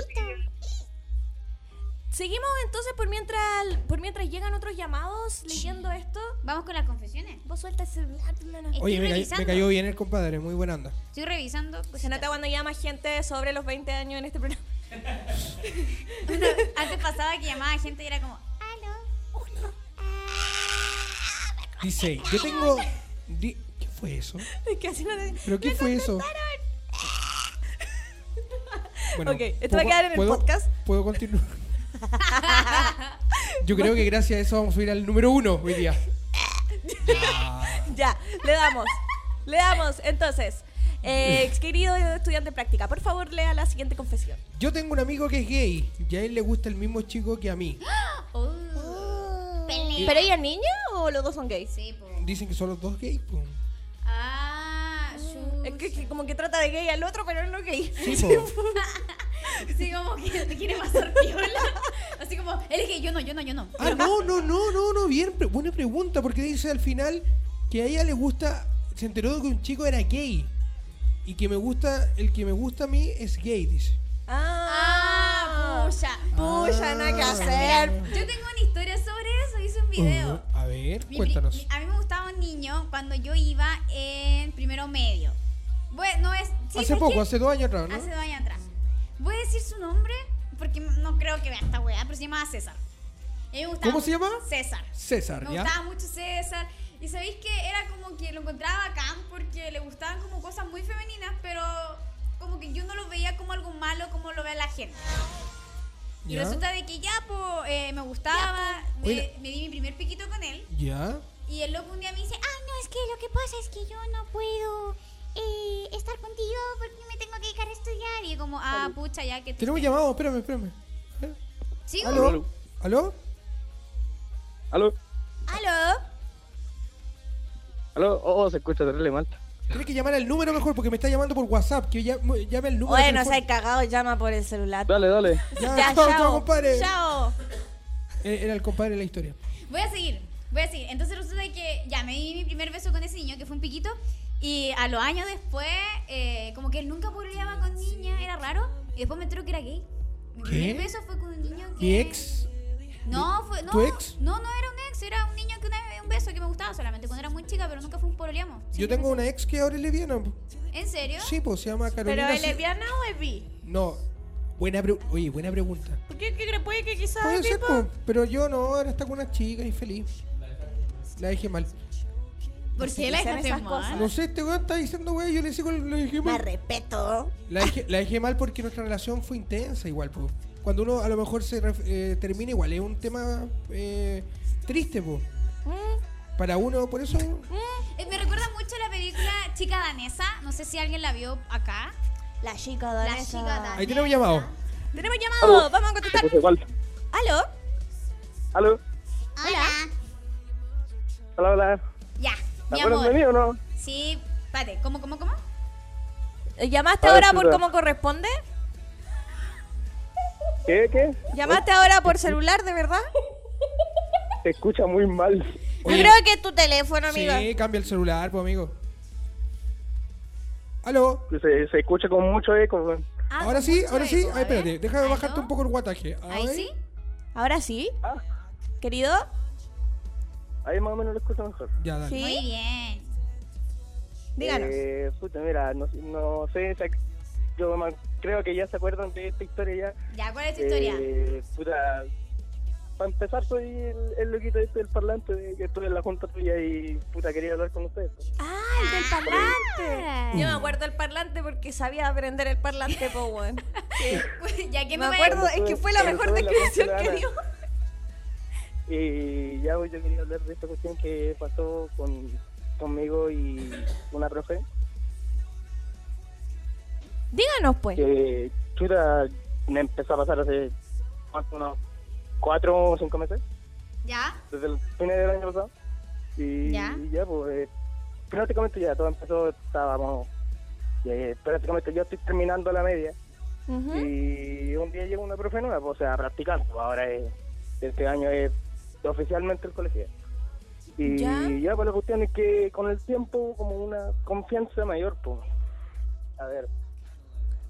Speaker 3: Seguimos entonces por mientras, por mientras llegan otros llamados leyendo esto.
Speaker 4: Vamos con las confesiones.
Speaker 3: Vos suelta el celular, hermana.
Speaker 4: Estoy
Speaker 5: Oye, me, cay-
Speaker 4: revisando.
Speaker 5: me cayó bien el compadre, muy buena onda.
Speaker 4: Estoy revisando.
Speaker 3: Pues Se
Speaker 4: cositas.
Speaker 3: nota cuando llama gente sobre los 20 años en este programa.
Speaker 4: Antes pasaba que llamaba gente y era como,
Speaker 5: Dice, yo tengo... di- ¿Qué fue eso?
Speaker 3: Es que así no te-
Speaker 5: ¿Pero qué
Speaker 3: ¡Me
Speaker 5: fue eso?
Speaker 3: Ok, esto va a quedar en el podcast.
Speaker 5: ¿Puedo continuar? Yo creo que gracias a eso vamos a ir al número uno hoy día.
Speaker 3: Ya, le damos. le damos. Entonces, eh, ex querido estudiante de práctica, por favor lea la siguiente confesión.
Speaker 5: Yo tengo un amigo que es gay y a él le gusta el mismo chico que a mí.
Speaker 4: oh,
Speaker 2: Pelea.
Speaker 3: ¿Pero ella es niña o los dos son gays?
Speaker 4: sí, po.
Speaker 5: Dicen que son los dos gays. po.
Speaker 4: Ah,
Speaker 3: Es que,
Speaker 4: chucha.
Speaker 3: que como que trata de gay al otro, pero no es gay.
Speaker 5: Sí, po.
Speaker 4: Sí, como que te quiere pasar piola. Así como, él es que yo no, yo no, yo no.
Speaker 5: Ah, no, no, no, no, no, bien, pre- buena pregunta, porque dice al final que a ella le gusta, se enteró de que un chico era gay y que me gusta, el que me gusta a mí es gay, dice.
Speaker 3: Ah, pues.
Speaker 4: Ah, pucha.
Speaker 5: Ah,
Speaker 3: pucha, nada que hacer.
Speaker 4: Yo tengo una historia sobre eso, hice un video.
Speaker 5: Uh, a ver,
Speaker 4: Mi pri-
Speaker 5: cuéntanos.
Speaker 4: mi- ah, a mí me gustaba un niño cuando yo iba en primero medio. Bueno, no es. sí,
Speaker 5: hace
Speaker 4: ¿sabes
Speaker 5: poco,
Speaker 4: qué?
Speaker 5: hace dos años atrás, ¿no?
Speaker 4: Hace dos años atrás. Voy a decir su nombre porque no creo que vea esta weá, pero se llamaba César. Y a mí me gustaba
Speaker 5: ¿Cómo se llamaba?
Speaker 4: César.
Speaker 5: César,
Speaker 4: Me
Speaker 5: ¿ya?
Speaker 4: gustaba mucho César. Y sabéis que era como que lo encontraba bacán porque le gustaban como cosas muy femeninas, pero como que yo no lo veía como algo malo como lo ve la gente. Y
Speaker 5: ¿Ya?
Speaker 4: resulta de que ya, po, eh, me gustaba, me-
Speaker 5: Oye.
Speaker 4: me di mi primer piquito con él.
Speaker 5: ¿Ya?
Speaker 4: Y el loco un día me dice, "Ah,
Speaker 2: Ay, no, es que lo que pasa es que yo no puedo eh, estar contigo porque me tengo que dedicar a estudiar.
Speaker 4: ah, y yo como, ah, pucha, ya que te...
Speaker 5: Tenemos llamado, espérame, espérame. A ver.
Speaker 4: Sí, como-
Speaker 5: ¿Aló? ¿Aló?
Speaker 9: ¿Aló?
Speaker 3: ¿Aló?
Speaker 9: ¿Aló? Oh, se escucha terrible mal.
Speaker 5: Tienes que llamar al número mejor porque me está llamando por WhatsApp, que ya, mu- llame al número.
Speaker 3: Bueno, se
Speaker 5: mejor.
Speaker 3: ha cagado, llama por el celular.
Speaker 9: Dale, dale.
Speaker 5: Ya, chao, chao, compadre.
Speaker 3: Chao.
Speaker 5: Eh, Era el compadre de la historia.
Speaker 4: voy a seguir, voy a seguir. Entonces resulta de que ya me di mi primer beso con ese niño, que fue un piquito. Y a los años después, eh, como que él nunca pololeaba con niña, era raro. Y después me entero que era gay. Mi
Speaker 5: ¿Qué?
Speaker 4: Eh, primer beso fue con un niño que...
Speaker 5: Mi ex
Speaker 4: No, fue, no,
Speaker 5: ¿Tu ex?
Speaker 4: No, no era un ex, Alex era un niño que una vez me dio un beso que me gustaba solamente cuando era muy chica, pero nunca fue un pololeamo.
Speaker 5: Yo tengo una ex que ahora es lesbiana. po.
Speaker 4: ¿En serio?
Speaker 5: Sí, pues se llama
Speaker 3: ¿Pero
Speaker 5: Carolina.
Speaker 3: es
Speaker 5: Ci-
Speaker 3: lesbiana o es bi?
Speaker 5: No. Buena pre- Oye, buena pregunta.
Speaker 3: Porque que cre- puede que quizás
Speaker 5: Puede
Speaker 3: el
Speaker 5: ser,
Speaker 3: tipo-
Speaker 5: po, pero yo no, ahora está con una chica y feliz. La dejé mal.
Speaker 4: ¿Por qué la
Speaker 2: Son
Speaker 4: dejaste
Speaker 2: esas
Speaker 4: mal?
Speaker 5: No sé, este weón está diciendo, wey, yo le sigo, la dejé
Speaker 2: La
Speaker 5: mal.
Speaker 2: respeto.
Speaker 5: La dejé, la dejé mal porque nuestra relación fue intensa igual, po. Cuando uno a lo mejor se ref- eh, termina igual, es un tema eh, triste, po.
Speaker 3: ¿Mm?
Speaker 5: Para uno, por eso...
Speaker 4: Eh, me recuerda mucho la película Chica Danesa. No sé si alguien la vio acá.
Speaker 2: La chica
Speaker 4: La
Speaker 2: danesa.
Speaker 4: chica danesa.
Speaker 5: Ahí tenemos llamado.
Speaker 3: Tenemos llamado, vamos a contestar.
Speaker 8: Puse falta.
Speaker 3: ¿Aló?
Speaker 8: ¿Aló?
Speaker 4: Hola.
Speaker 8: Hola, hola.
Speaker 4: Ya, mi
Speaker 8: ¿Te acuerdas
Speaker 4: amor.
Speaker 8: de mí o no?
Speaker 4: Sí, espérate, ¿cómo, cómo, cómo?
Speaker 3: Eh, ¿Llamaste
Speaker 8: A ver,
Speaker 3: ahora por
Speaker 8: chuta.
Speaker 3: cómo corresponde?
Speaker 8: ¿Qué? ¿Qué?
Speaker 3: ¿Llamaste ahora por celular, de verdad?
Speaker 8: Se escucha muy mal.
Speaker 2: Yo creo que es tu teléfono, amiga.
Speaker 5: Sí, cambia el celular, pues amigo. Aló.
Speaker 8: Se, se escucha con mucho eco. weón.
Speaker 4: Ah,
Speaker 5: Ahora
Speaker 4: con
Speaker 5: sí,
Speaker 4: mucho
Speaker 5: ahora sí.
Speaker 4: eco, a
Speaker 5: Ay, espérate,
Speaker 4: ver.
Speaker 5: déjame
Speaker 4: ¿Aló?
Speaker 5: bajarte un poco el guataje.
Speaker 4: Ahí
Speaker 5: Ay.
Speaker 4: sí.
Speaker 3: Ahora sí.
Speaker 8: Ah.
Speaker 3: Querido,
Speaker 8: Ahí más o menos lo escucho mejor.
Speaker 5: Ya, dale.
Speaker 3: sí.
Speaker 4: Muy bien.
Speaker 3: Díganos.
Speaker 8: Eh, puta, mira, no, no sé, sa- yo ma- creo que ya se acuerdan de esta historia ya.
Speaker 4: Ya, ¿cuál es tu historia?
Speaker 8: Eh, puta, para empezar soy el, el loquito este del parlante de que estuve en la junta tuya y puta quería hablar con ustedes. pues.
Speaker 3: Yo me acuerdo del parlante porque sabía aprender el parlante, po, weón.
Speaker 4: ya que
Speaker 3: Me
Speaker 4: me, voy-
Speaker 3: acuerdo, es
Speaker 8: Cuando
Speaker 3: que
Speaker 8: estuve-
Speaker 3: fue la
Speaker 8: cuando
Speaker 3: mejor
Speaker 8: estuve en
Speaker 3: descripción
Speaker 8: la Ponce
Speaker 3: que
Speaker 8: de
Speaker 3: dio.
Speaker 8: Y ya pues, yo quería hablar de esta cuestión que pasó con, conmigo y una profe.
Speaker 3: Díganos, pues.
Speaker 8: que chuta me empezó a pasar hace ¿cuánto? unos cuatro o cinco meses,
Speaker 4: Ya,
Speaker 8: desde el fin del año pasado. Y
Speaker 4: Ya.
Speaker 8: ya, pues eh, prácticamente ya todo empezó, estábamos, eh, prácticamente yo estoy terminando la media
Speaker 3: Ujú.
Speaker 8: y un día llega una profe nueva, pues, o sea, practicando, pues, ahora es- este año es oficialmente el colegio. Y
Speaker 3: Ya.
Speaker 8: ya, pues la cuestión es que con el tiempo hubo como una confianza mayor, pues. A ver,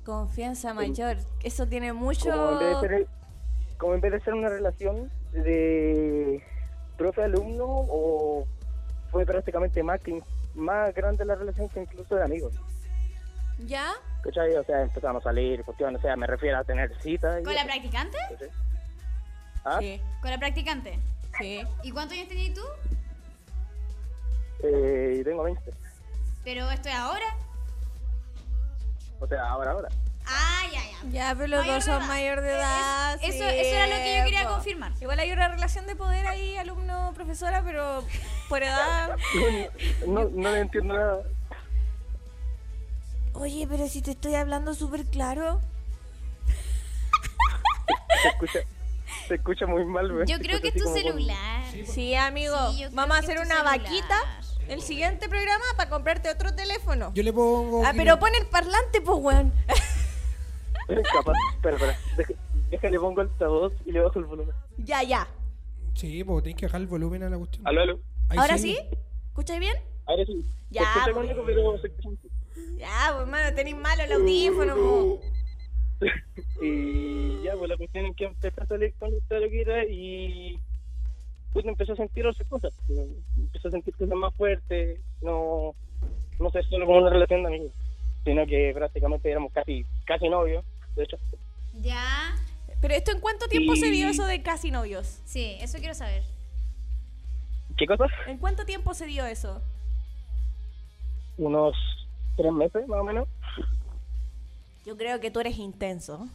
Speaker 3: Confianza mayor. Eso tiene mucho.
Speaker 8: como en vez de ser, como en vez de ser una relación de profe-alumno, o fue prácticamente más, que, más grande la relación que incluso de amigos.
Speaker 3: ¿Ya?
Speaker 8: ¿Cachai? O sea, empezamos a salir, cuestión, o sea, me refiero a tener citas. y
Speaker 4: ¿con la
Speaker 8: eso,
Speaker 4: practicante?
Speaker 8: ¿cachai? ¿Ah?
Speaker 3: Sí,
Speaker 4: Con la practicante.
Speaker 3: sí.
Speaker 4: ¿Y cuántos años tenías tú?
Speaker 8: Eh, tengo 20.
Speaker 4: Pero esto es ahora.
Speaker 8: O sea, ahora, ahora.
Speaker 4: Ah, ya, ya.
Speaker 3: Ya, pero los
Speaker 4: Mayor
Speaker 3: dos
Speaker 4: de
Speaker 3: son
Speaker 4: edad.
Speaker 3: mayor de
Speaker 4: Es-
Speaker 3: edad.
Speaker 4: eso-
Speaker 3: sí,
Speaker 4: eso era lo que yo quería
Speaker 3: po.
Speaker 4: confirmar.
Speaker 3: Igual hay una relación de poder ahí, alumno-profesora, pero por edad.
Speaker 8: No, no le entiendo nada.
Speaker 2: Oye, pero si te estoy hablando súper claro.
Speaker 8: Se escucha, se escucha muy mal, güey.
Speaker 4: Yo
Speaker 8: Se
Speaker 4: creo que
Speaker 8: escucha
Speaker 4: es
Speaker 8: así
Speaker 4: tu
Speaker 8: como con-
Speaker 4: celular.
Speaker 3: Sí, amigo.
Speaker 4: Sí, yo creo
Speaker 3: Vamos a
Speaker 4: que
Speaker 3: hacer
Speaker 4: tu
Speaker 3: una
Speaker 4: celular.
Speaker 3: vaquita el siguiente programa para comprarte otro teléfono.
Speaker 5: Yo le pongo.
Speaker 3: Ah,
Speaker 5: que-
Speaker 3: pero pon el parlante, pues, weón.
Speaker 8: Capaz, espera, espera. Deja- Déjale, pongo altavoz y le bajo el volumen.
Speaker 3: ya, ya.
Speaker 5: Sí, pues tenés que bajar el volumen a la cuestión.
Speaker 8: Aló, aló.
Speaker 5: Ahí
Speaker 3: ¿Ahora sí? ¿Escucháis bien?
Speaker 8: Ahora sí. Se
Speaker 3: Ya,
Speaker 8: escucha
Speaker 3: pues.
Speaker 8: bonito, pero se escucha un poco.
Speaker 3: Ya, pues, mano, tenéis malo el audífono, po.
Speaker 8: Y ya, pues la cuestión es que empecé a salir con esta loquita y pues empecé a sentir otras cosas. Empecé a sentir cosas más fuertes, no, no sé, solo como una relación de amigos, sino que prácticamente éramos casi, casi novios, de hecho.
Speaker 4: Ya.
Speaker 3: Pero esto, ¿en cuánto tiempo se dio
Speaker 8: Y-
Speaker 3: eso de casi novios?
Speaker 4: Sí, eso quiero saber.
Speaker 8: ¿Qué cosa?
Speaker 3: ¿En cuánto tiempo se dio eso?
Speaker 8: Unos tres meses más o menos.
Speaker 3: Yo creo que tú eres intenso.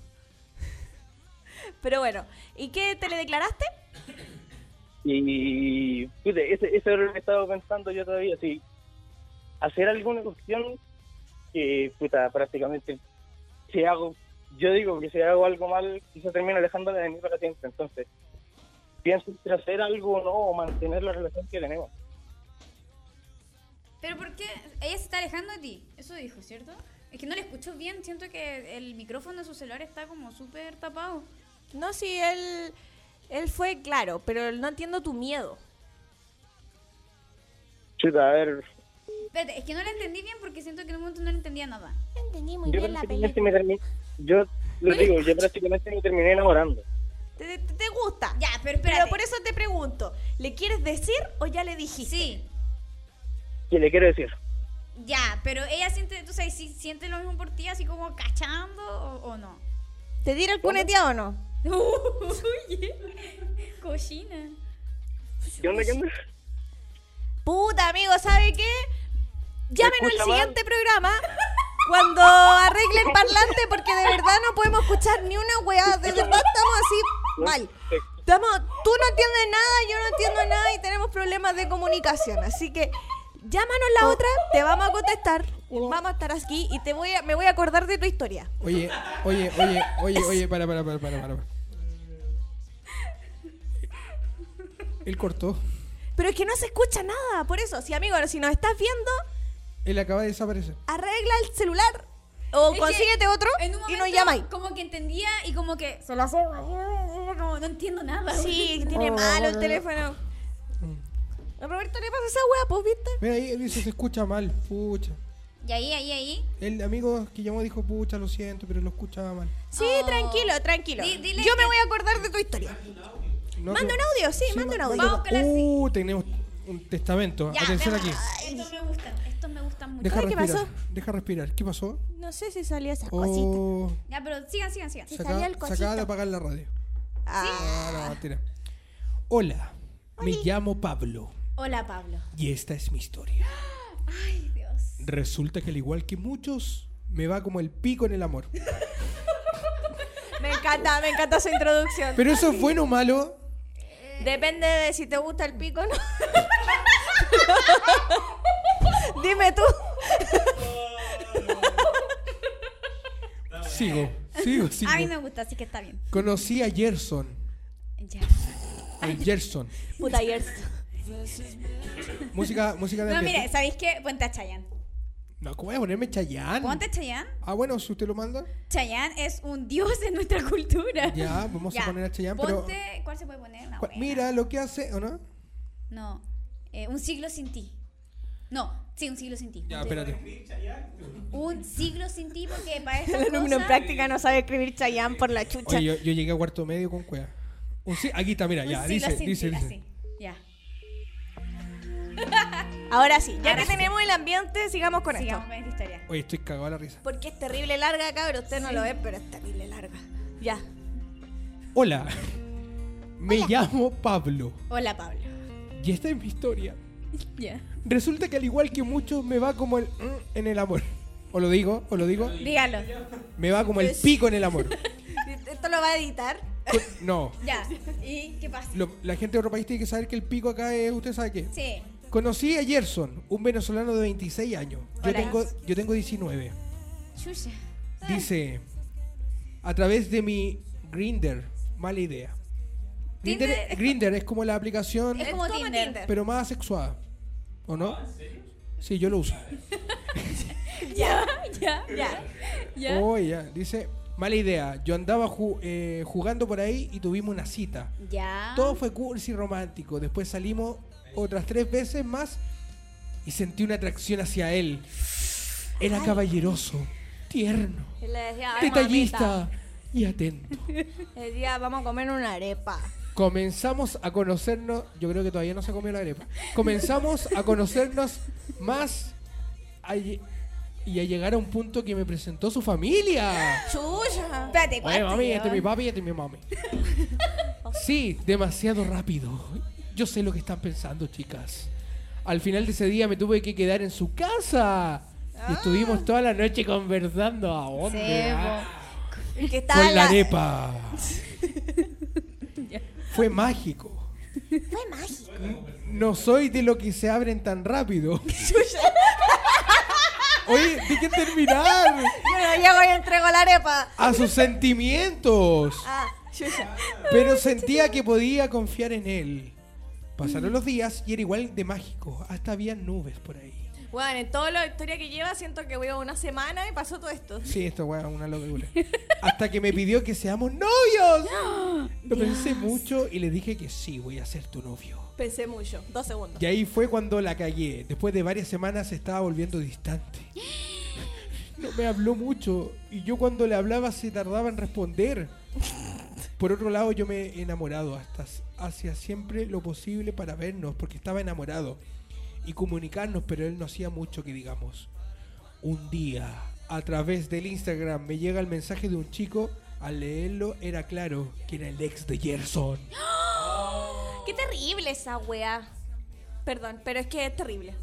Speaker 3: Pero bueno, ¿y qué te le declaraste?
Speaker 8: Y pues, ese, ese era lo que estaba pensando yo todavía, si hacer alguna cuestión que puta, prácticamente si hago, yo digo que si hago algo mal, quizá termino alejándola de mí para siempre, entonces pienso en hacer algo o no, o mantener la relación que tenemos.
Speaker 4: Pero ¿por qué ella se está alejando de ti? Eso dijo, ¿cierto? Es que no le escucho bien, siento que el micrófono de su celular está como súper tapado.
Speaker 3: No, sí, él, él fue claro, pero no entiendo tu miedo.
Speaker 8: Chuta, a ver,
Speaker 4: Espérate, es que no la entendí bien porque siento que en un momento no le entendía nada.
Speaker 2: No entendí muy
Speaker 8: yo
Speaker 2: bien la
Speaker 8: prácticamente
Speaker 2: película.
Speaker 8: me termi- yo lo digo, yo prácticamente me terminé enamorando.
Speaker 3: ¿Te, te- te gusta.
Speaker 4: Ya, pero espérate.
Speaker 3: Pero por eso te pregunto, ¿le quieres decir o ya le dijiste?
Speaker 4: Sí,
Speaker 9: ¿Qué le quiero decir?
Speaker 4: ya, pero ella siente, tú sabes, si siente lo mismo por ti, así como cachando o, o no.
Speaker 10: ¿Te dieron el cuneteado o no?
Speaker 4: Oye, cochina.
Speaker 9: ¿Qué onda, qué onda?
Speaker 3: Puta, amigo, ¿sabe qué? Llamen al
Speaker 9: escucha mal?
Speaker 3: siguiente programa cuando arreglen parlante porque de verdad no podemos escuchar ni una weá. De verdad estamos así mal. Estamos, tú no entiendes nada, yo no entiendo nada y tenemos problemas de comunicación. Así que llámanos la otra, te vamos a contestar. Vamos a estar aquí y te voy a, me voy a acordar de tu historia.
Speaker 5: Oye, oye, oye, oye, oye, para, para, para, para, para. para. Él cortó.
Speaker 3: Pero es que no se escucha nada, por eso. Si amigo, si nos estás viendo,
Speaker 5: Él acaba de desaparecer.
Speaker 3: arregla el celular o
Speaker 4: Es que
Speaker 3: consíguete otro
Speaker 4: en un
Speaker 3: y
Speaker 4: momento
Speaker 3: nos llamáis.
Speaker 4: Como que entendía y como que se lo hace. No, no entiendo nada.
Speaker 3: Sí, que
Speaker 4: Oh,
Speaker 3: tiene malo el teléfono.
Speaker 4: Mm.
Speaker 3: A Roberto le pasa esa hueá, pues, ¿viste?
Speaker 5: Mira, ahí él dice, se escucha mal, pucha.
Speaker 4: Y ahí, ahí, ahí.
Speaker 5: El amigo que llamó dijo, pucha, lo siento, pero lo escuchaba mal.
Speaker 3: Sí,
Speaker 4: Oh.
Speaker 3: tranquilo, tranquilo.
Speaker 4: Di- dile
Speaker 3: Yo me
Speaker 4: que-
Speaker 3: voy a acordar de tu historia.
Speaker 5: No,
Speaker 3: Manda
Speaker 5: que-
Speaker 3: un audio, sí, manda un
Speaker 5: ma-
Speaker 3: audio.
Speaker 4: Vamos con la
Speaker 5: Uh, tenemos un testamento.
Speaker 4: Ya,
Speaker 5: Atención
Speaker 4: me-
Speaker 5: aquí.
Speaker 4: Estos me gustan, estos me gustan mucho.
Speaker 5: Deja
Speaker 3: Ay, ¿qué
Speaker 5: respirar.
Speaker 3: pasó?
Speaker 5: Deja respirar. ¿Qué pasó?
Speaker 3: No sé si salió esa cosita.
Speaker 5: Oh,
Speaker 4: Ya, pero sigan, sigan, sigan.
Speaker 5: se,
Speaker 10: salió
Speaker 5: acaba,
Speaker 10: el
Speaker 5: se
Speaker 10: cosito.
Speaker 5: acaba de apagar la radio.
Speaker 3: Ah,
Speaker 5: Ah, no, mentira. Hola, me llamo Pablo
Speaker 4: Hola, Pablo.
Speaker 5: y esta es mi historia.
Speaker 4: Ay, Dios.
Speaker 5: Resulta que al igual que muchos, me va como el pico en el amor.
Speaker 3: me encanta, me encanta su introducción.
Speaker 5: Pero eso es bueno o malo.
Speaker 3: Depende de si te gusta el pico o no. Dime tú.
Speaker 5: Sigo, sigo, sigo.
Speaker 4: A mí me gusta, así que está bien.
Speaker 5: Conocí a Gerson.
Speaker 4: Ya.
Speaker 5: El Gerson.
Speaker 3: Puta, ayer.
Speaker 5: Música, música de
Speaker 4: No,
Speaker 5: ambiente.
Speaker 4: mire, ¿sabéis qué? Ponte a Chayanne.
Speaker 5: No, ¿cómo voy a ponerme Chayanne?
Speaker 4: Ponte a Chayanne.
Speaker 5: Ah, bueno, si usted lo manda.
Speaker 4: Chayanne es un dios en nuestra cultura.
Speaker 5: Ya, vamos a poner a Chayanne, pero-
Speaker 4: Ponte, ¿cuál se puede poner? Una
Speaker 5: Cu-
Speaker 4: buena.
Speaker 5: Mira lo que hace, ¿o no?
Speaker 4: No, eh, un siglo sin ti. No, sí, un siglo sin ti.
Speaker 5: Ya,
Speaker 4: Ponte-
Speaker 5: espérate.
Speaker 4: Un siglo sin ti porque para esta
Speaker 3: El alumno en
Speaker 4: cosa-
Speaker 3: práctica no sabe escribir Chayán por la chucha.
Speaker 5: Oye, yo, yo llegué a cuarto medio con cueva. Un sí- aquí está, mira,
Speaker 4: un
Speaker 5: ya,
Speaker 4: siglo
Speaker 5: dice,
Speaker 4: sin
Speaker 5: dice,
Speaker 4: ti,
Speaker 5: dice.
Speaker 4: así. Ya.
Speaker 3: Ahora sí, ya que
Speaker 4: Ahora sí.
Speaker 3: tenemos el ambiente, sigamos con esto.
Speaker 4: Sigamos con esta historia.
Speaker 5: Oye, estoy cagado a la risa.
Speaker 3: Porque es terrible larga, cabrón. Usted no lo ve, pero es terrible larga. Ya.
Speaker 5: Hola, me llamo Pablo
Speaker 4: Hola, Pablo.
Speaker 5: y esta es mi historia.
Speaker 4: Ya.
Speaker 5: Resulta que al igual que muchos me va como el mm en el amor. O lo digo, o lo digo,
Speaker 4: Dígalo.
Speaker 5: me va como el pico en el amor.
Speaker 3: Esto lo va a editar.
Speaker 5: Con- No,
Speaker 4: Ya. ¿Y qué pasa?
Speaker 5: lo- la gente de otro país tiene que saber que el pico acá es, usted sabe qué.
Speaker 4: Sí.
Speaker 5: Conocí a Gerson, un venezolano de 26 años. Yo
Speaker 4: Hola. Ah.
Speaker 5: tengo, yo tengo 19.
Speaker 4: Chucha.
Speaker 5: Dice, a través de mi Grinder, mala idea.
Speaker 4: Tinder
Speaker 5: Grinder,
Speaker 4: es-
Speaker 5: es como la aplicación,
Speaker 4: Es como
Speaker 3: como
Speaker 4: Tinder.
Speaker 3: Tinder.
Speaker 5: pero más sexuada. ¿O no? Sí, yo lo uso.
Speaker 4: Ya, ya. Ya.
Speaker 5: Oh, ya. Dice, mala idea. Yo andaba ju- eh, jugando por ahí y tuvimos una cita.
Speaker 4: Ya.
Speaker 5: Todo fue cursi y romántico. Después salimos otras tres veces más y sentí una atracción hacia él. Era caballeroso, tierno,
Speaker 3: Y le decía, "Ay, mamita",
Speaker 5: detallista y atento.
Speaker 3: Le decía, vamos a comer una arepa.
Speaker 5: Comenzamos a conocernos. Yo creo que todavía no se comió la arepa. Comenzamos a conocernos más a lle- y a llegar a un punto que me presentó su familia.
Speaker 3: Chucha.
Speaker 4: Espérate,
Speaker 5: Oye,
Speaker 4: ¿cuánto?
Speaker 5: mami, este es mi
Speaker 4: llevan?
Speaker 5: papi y este es mi mami. Sí, demasiado rápido. Yo sé lo que están pensando, chicas. Al final de ese día me tuve que quedar en su casa. Y estuvimos toda la noche conversando. ¿A dónde? ah?
Speaker 3: Que está
Speaker 5: Con la
Speaker 3: la-
Speaker 5: arepa. Fue mágico.
Speaker 10: Fue mágico.
Speaker 5: No soy de lo que se abren tan rápido. Oye, hay que terminar.
Speaker 3: Yo no llego y entrego la arepa.
Speaker 5: A sus sentimientos.
Speaker 3: Ah, chucha.
Speaker 5: Pero sentía que podía confiar en él. Pasaron los días y era igual de mágico. Hasta había nubes por ahí.
Speaker 3: Bueno, en toda la historia que lleva, siento que voy a una semana y pasó todo esto.
Speaker 5: Sí, esto weón, una locura. Hasta que me pidió que seamos novios. Lo pensé mucho y le dije que sí, voy a ser tu novio.
Speaker 3: Pensé mucho. Dos segundos.
Speaker 5: Y ahí fue cuando la cagué. Después de varias semanas se estaba volviendo distante. No me habló mucho y yo cuando le hablaba se tardaba en responder. Por otro lado, yo me he enamorado hasta hacía siempre lo posible para vernos, porque estaba enamorado y comunicarnos, pero él no hacía mucho que digamos. Un día, a través del Instagram, me llega el mensaje de un chico. Al leerlo era claro que era el ex de Gerson.
Speaker 3: Qué terrible esa weá. Perdón, pero es que es terrible.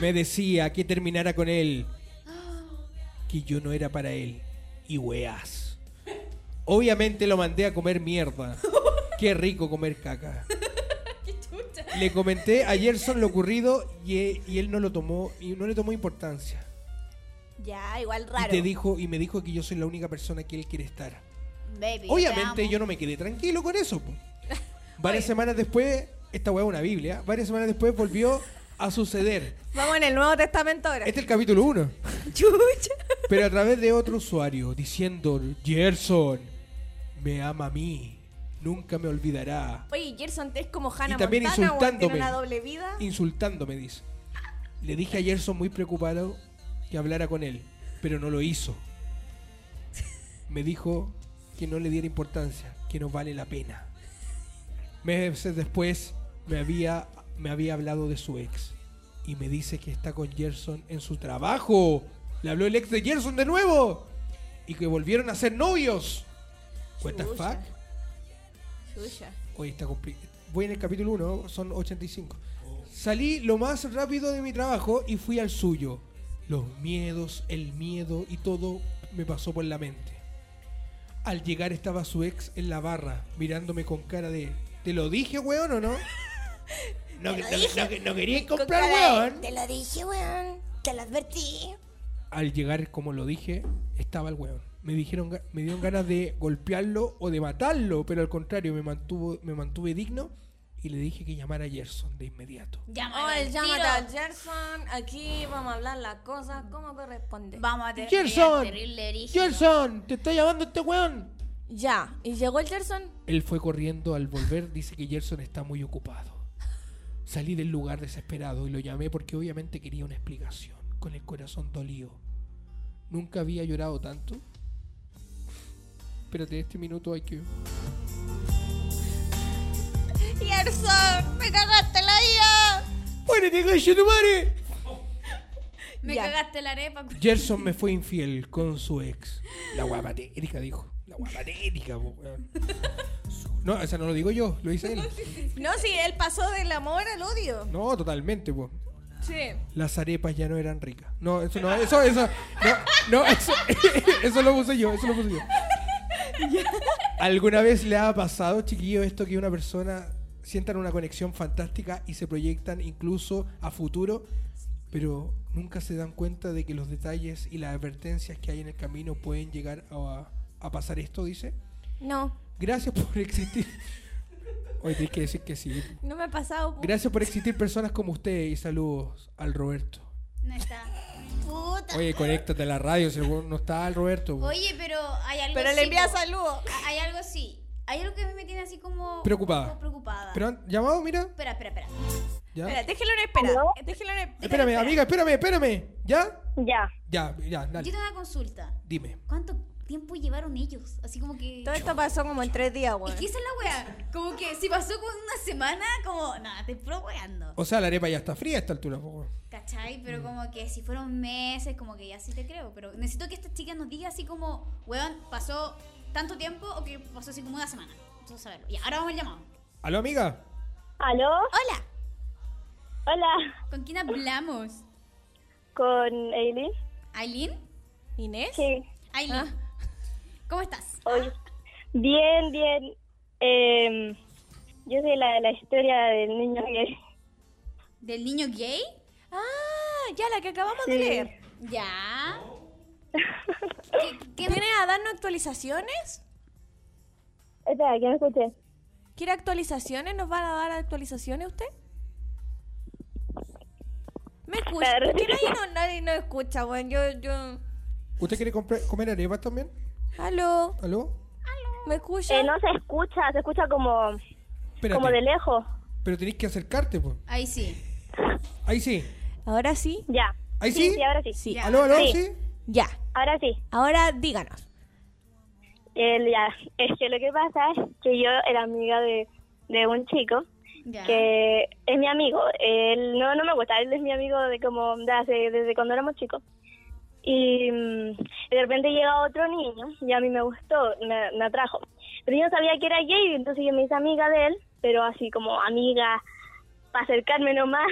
Speaker 5: Me decía que terminara con él. Que yo no era para él. Y weas. Obviamente lo mandé a comer mierda. Qué rico comer caca. Le comenté a Gerson lo ocurrido y e- y él no lo tomó y no le tomó importancia.
Speaker 3: Ya, igual
Speaker 5: Y
Speaker 3: raro.
Speaker 5: te dijo y me dijo que yo soy la única persona que él quiere estar.
Speaker 4: Baby,
Speaker 5: Obviamente yo no me quedé tranquilo con eso. po. Varias semanas después, esta weá es una Biblia, varias semanas después volvió a suceder.
Speaker 3: Vamos en el Nuevo Testamento ahora.
Speaker 5: Este es el capítulo 1.
Speaker 3: Chucha.
Speaker 5: Pero a través de otro usuario diciendo, Gerson, me ama a mí, nunca me olvidará.
Speaker 3: Oye, Gerson es como Hannah
Speaker 5: Y también
Speaker 3: Montana, weón,
Speaker 5: insultándome.
Speaker 3: tiene una doble vida.
Speaker 5: Insultándome, dice. Le dije a Gerson muy preocupado que hablara con él, pero no lo hizo. Me dijo que no le diera importancia, que no vale la pena. Meses después me había, me había hablado de su ex y me dice que está con Gerson en su trabajo. Le habló el ex de Gerson de nuevo y que volvieron a ser novios. What the
Speaker 3: Chucha.
Speaker 5: fuck?
Speaker 3: Chucha.
Speaker 5: Hoy está compli- Voy en el capítulo 1, son 85. Salí lo más rápido de mi trabajo y fui al suyo. Los miedos, el miedo y todo me pasó por la mente. Al llegar estaba su ex en la barra, mirándome con cara de... ¿Te lo dije, weón, o no? No, que- no, que- no que- no quería comprar, weón.
Speaker 3: Te lo dije, weón. Te lo advertí.
Speaker 5: Al llegar, como lo dije, estaba el weón. Me dijeron, ga- me dieron ganas de golpearlo o de matarlo, pero al contrario, me mantuvo, me mantuve digno y le dije que llamara a Gerson de inmediato.
Speaker 4: Llámalo
Speaker 3: Oye,
Speaker 4: al
Speaker 3: llámate
Speaker 4: tiro.
Speaker 3: a Oh, Gerson. Aquí vamos a hablar las cosas como corresponde.
Speaker 4: Vamos a tener
Speaker 5: Gerson,
Speaker 4: terrible erigido.
Speaker 5: Gerson, te está llamando este weón.
Speaker 3: Ya. ¿Y llegó el Gerson?
Speaker 5: Él fue corriendo al volver, dice que Gerson está muy ocupado. Salí del lugar desesperado y lo llamé porque obviamente quería una explicación, con el corazón dolido. Nunca había llorado tanto. Espérate, este minuto hay que...
Speaker 3: ¡Gerson! ¡Me cagaste la vida!
Speaker 5: ¡Muérete, coño, tu madre!
Speaker 4: Me
Speaker 3: Ya.
Speaker 4: cagaste la arepa.
Speaker 5: Gerson me fue infiel con su ex. La guapa Erika dijo. La guapa Erika, No, o sea, no lo digo yo, lo dice él.
Speaker 3: No, sí, él pasó del amor al odio.
Speaker 5: No, totalmente, po.
Speaker 3: Sí.
Speaker 5: Las arepas ya no eran ricas. No, eso no, eso, eso. No, no, eso, eso lo puse yo, eso lo puse yo. ¿Alguna vez le ha pasado, chiquillo, esto que una persona sientan una conexión fantástica y se proyectan incluso a futuro, pero nunca se dan cuenta de que los detalles y las advertencias que hay en el camino pueden llegar a, a pasar esto, dice?
Speaker 3: No,
Speaker 5: Gracias por existir. Hoy tienes que decir que sí.
Speaker 3: no me ha pasado. pues.
Speaker 5: Gracias por existir personas como usted y saludos al Roberto.
Speaker 4: No está. Puta.
Speaker 5: Oye, conéctate a la radio, si el weón no está el Roberto. weón.
Speaker 4: Oye, pero hay algo
Speaker 3: Pero
Speaker 4: sí,
Speaker 3: le envía
Speaker 4: po.
Speaker 3: saludos.
Speaker 4: Ah, Hay algo sí. Hay algo que a mí me tiene así como...
Speaker 5: Preocupada.
Speaker 4: como preocupada.
Speaker 5: Pero han llamado, mira.
Speaker 4: Espera, espera, espera.
Speaker 5: Ya.
Speaker 3: Espera, déjelo en espera. Déjelo en espera.
Speaker 5: espérame, amiga, espérame, espérame. ¿Ya?
Speaker 7: Ya.
Speaker 5: Ya, ya, dale.
Speaker 4: Yo tengo una consulta.
Speaker 5: Dime.
Speaker 4: ¿Cuánto tiempo llevaron ellos? Así como que...
Speaker 3: Todo esto pasó como en tres días,
Speaker 4: Es
Speaker 3: weón.
Speaker 4: que esa es la wea. Como que si pasó con una semana, como... Nada, te pro weando.
Speaker 5: O sea, la arepa ya está fría a esta altura. po, weón.
Speaker 4: ¿Cachai? Pero como que si fueron meses, como que ya sí te creo. Pero necesito que esta chica nos diga así como... Weón, pasó tanto tiempo o que pasó así como una semana. Entonces, saberlo. Y ahora vamos al llamado.
Speaker 5: ¿Aló, amiga?
Speaker 7: ¿Aló?
Speaker 4: Hola.
Speaker 7: Hola.
Speaker 4: ¿Con quién hablamos?
Speaker 7: ¿Con Eileen?
Speaker 4: ¿Aileen?
Speaker 3: ¿Inés?
Speaker 7: Sí.
Speaker 4: Aileen. ¿Cómo estás?
Speaker 7: Oye. Bien, bien. Em, yo soy la de la historia del niño gay.
Speaker 4: ¿Del niño gay?
Speaker 3: Ah, ya la que acabamos de
Speaker 7: Sí.
Speaker 3: leer.
Speaker 4: Ya. ¿Qué, qué-
Speaker 3: ¿Viene a darnos actualizaciones?
Speaker 7: Espera, que no escuché.
Speaker 3: ¿Quiere actualizaciones? ¿Nos van a dar actualizaciones usted? ¿Me escucha?
Speaker 7: Claro.
Speaker 3: ¿Por qué nadie no, nadie no escucha, weón? Yo, yo...
Speaker 5: ¿Usted quiere compre- comer arepas también?
Speaker 3: ¿Aló?
Speaker 5: ¿Aló?
Speaker 3: ¿Me escucha?
Speaker 7: Eh, no se escucha, se escucha como,
Speaker 5: Espérate.
Speaker 7: como de lejos.
Speaker 5: Pero tenés que acercarte, pues.
Speaker 4: Ahí sí.
Speaker 5: Ahí sí.
Speaker 3: Ahora sí.
Speaker 7: Ya.
Speaker 5: ¿Ahí sí?
Speaker 7: Sí, ahora sí.
Speaker 3: Sí.
Speaker 4: Ya.
Speaker 5: ¿Aló, aló?
Speaker 7: Sí.
Speaker 5: Sí.
Speaker 3: Ya.
Speaker 7: Ahora sí.
Speaker 3: Ahora díganos.
Speaker 7: Él ya, es que lo que pasa es que yo era amiga de, de un chico
Speaker 4: Ya.
Speaker 7: que es mi amigo. Él no, no me gusta, él es mi amigo de como de hace- desde cuando éramos chicos. Y mm, de repente llega otro niño y a mí me gustó, me, me atrajo. Pero yo no sabía que era gay, entonces yo me hice amiga de él, pero así como amiga, para acercarme nomás.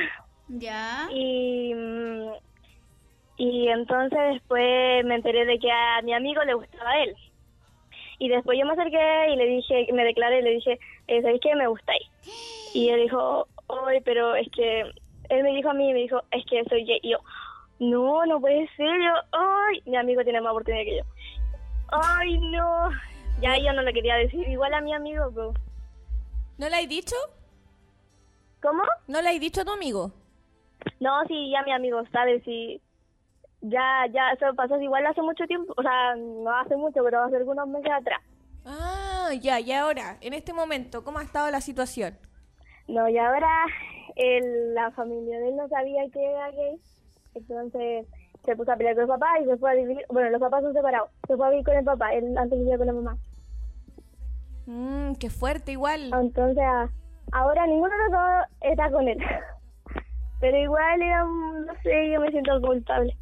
Speaker 4: Ya.
Speaker 7: Y, mm, y entonces después me enteré de que a mi amigo le gustaba él. Y después yo me acerqué y le dije, me declaré y le dije, eh, ¿sabéis qué? Me gustáis. Y él dijo, hoy pero es que... Él me dijo a mí, me dijo, es que soy gay. Y yo, no, no puede ser. Yo, ay, mi amigo tiene más oportunidad que yo. Ay, no. Ya yo no le quería decir. Igual a mi amigo, po.
Speaker 3: ¿No le has dicho?
Speaker 7: ¿Cómo?
Speaker 3: ¿No le has dicho a tu amigo?
Speaker 7: No, sí, ya mi amigo sabe, sí. Ya, ya, eso pasó igual hace mucho tiempo, o sea, no hace mucho, pero hace algunos meses atrás.
Speaker 3: Ah, ya, y ahora, en este momento, ¿cómo ha estado la situación?
Speaker 7: No, y ahora el- la familia de él no sabía que era gay, entonces se puso a pelear con el papá y se fue a vivir, bueno, los papás son separados, se fue a vivir con el papá, él antes vivía con la mamá.
Speaker 3: Mmm, qué fuerte
Speaker 7: Ah,
Speaker 3: igual.
Speaker 7: Entonces, a- ahora ninguno de los dos está con él. Pero igual era, un- no sé, yo me siento culpable.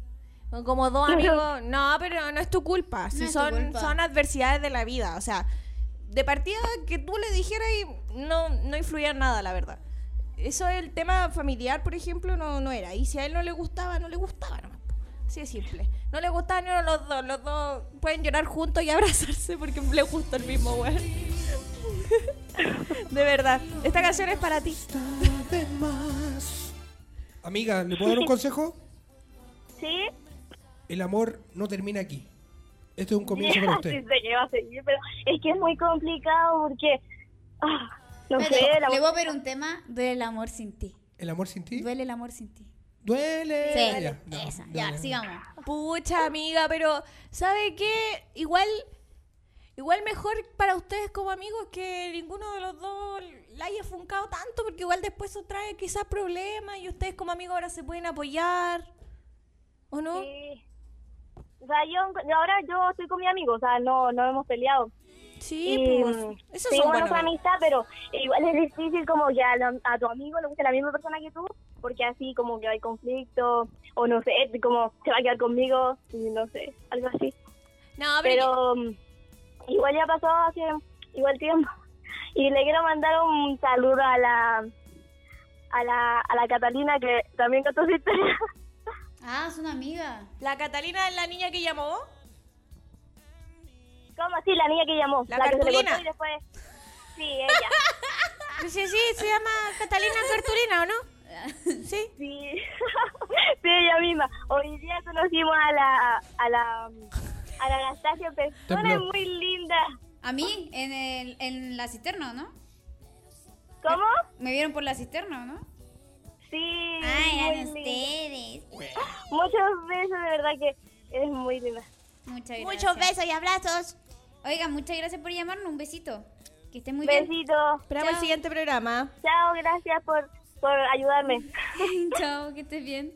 Speaker 3: Como dos amigos. No, pero no es tu culpa. Si
Speaker 4: No es tu
Speaker 3: son,
Speaker 4: culpa.
Speaker 3: son adversidades de la vida. O sea, de partida que tú le dijeras y no, no influía en nada, la verdad. Eso el tema familiar, por ejemplo, no, no era. Y si a él no le gustaba, no le gustaba nomás. po. Así de simple. No le gustaban ni uno de los dos. Los dos pueden llorar juntos y abrazarse porque le gusta el mismo weón. De verdad. Esta canción es para ti.
Speaker 5: Amiga, ¿le puedo dar un consejo?
Speaker 7: ¿Sí?
Speaker 5: El amor no termina aquí. Esto es un comienzo para
Speaker 7: Sí,
Speaker 5: usted.
Speaker 7: sé que va a seguir, pero es que es muy complicado porque. ah, no
Speaker 4: Espérate,
Speaker 7: sé, la
Speaker 4: le voy a ver un tema. Duele el amor sin ti.
Speaker 5: ¿El amor sin ti?
Speaker 4: Duele el amor sin ti.
Speaker 5: Duele.
Speaker 4: Sí,
Speaker 5: Ya, no,
Speaker 4: esa.
Speaker 5: no,
Speaker 4: Ya,
Speaker 5: no.
Speaker 4: sigamos.
Speaker 3: Pucha, amiga, pero ¿sabe qué? Igual, igual mejor para ustedes como amigos que ninguno de los dos la haya funcado tanto, porque igual después eso trae quizás problemas y ustedes como amigos ahora se pueden apoyar. ¿O no?
Speaker 7: Sí. O sea, yo, yo ahora yo estoy con mi amigo, o sea, no, no hemos peleado.
Speaker 3: Sí,
Speaker 7: Y,
Speaker 3: pues.
Speaker 7: mm,
Speaker 3: Eso es
Speaker 7: tengo
Speaker 3: un
Speaker 7: nuestra amistad, pero igual es difícil como que a, la- a tu amigo le guste la misma persona que tú, porque así como que hay conflicto, o no sé, como se va a quedar conmigo, y no sé, algo así.
Speaker 3: No, pero.
Speaker 7: Pero mm, igual ya pasó hace igual tiempo. Y le quiero mandar un saludo a la a la, a la Catalina que también contó su historia.
Speaker 4: Ah, es una amiga.
Speaker 3: ¿La Catalina es la niña que llamó?
Speaker 7: ¿Cómo así? La niña que llamó.
Speaker 3: La
Speaker 7: que se le
Speaker 3: cartulina.
Speaker 7: cortó y después... Sí, ella.
Speaker 3: Sí, sí, sí, se llama Catalina Cartulina, ¿o no? Sí.
Speaker 7: Sí. sí, ella misma. Hoy día conocimos a la... A la a la Anastasia en persona, es
Speaker 5: Tembló.
Speaker 7: muy linda.
Speaker 4: A mí, en, el, en la cisterna, ¿no?
Speaker 7: ¿Cómo?
Speaker 4: Me vieron por la cisterna, ¿no?
Speaker 7: Sí.
Speaker 4: Ah,
Speaker 7: muy
Speaker 4: eran
Speaker 7: linda.
Speaker 4: ustedes.
Speaker 7: Muchos besos, de verdad que eres muy linda.
Speaker 4: Muchas gracias.
Speaker 3: Muchos besos y abrazos.
Speaker 4: Oiga, muchas gracias por llamarnos. Un besito. Que esté muy bien.
Speaker 7: Besitos.
Speaker 3: Esperamos el siguiente programa.
Speaker 7: Chao, gracias por, por ayudarme.
Speaker 4: Chao, que estés bien.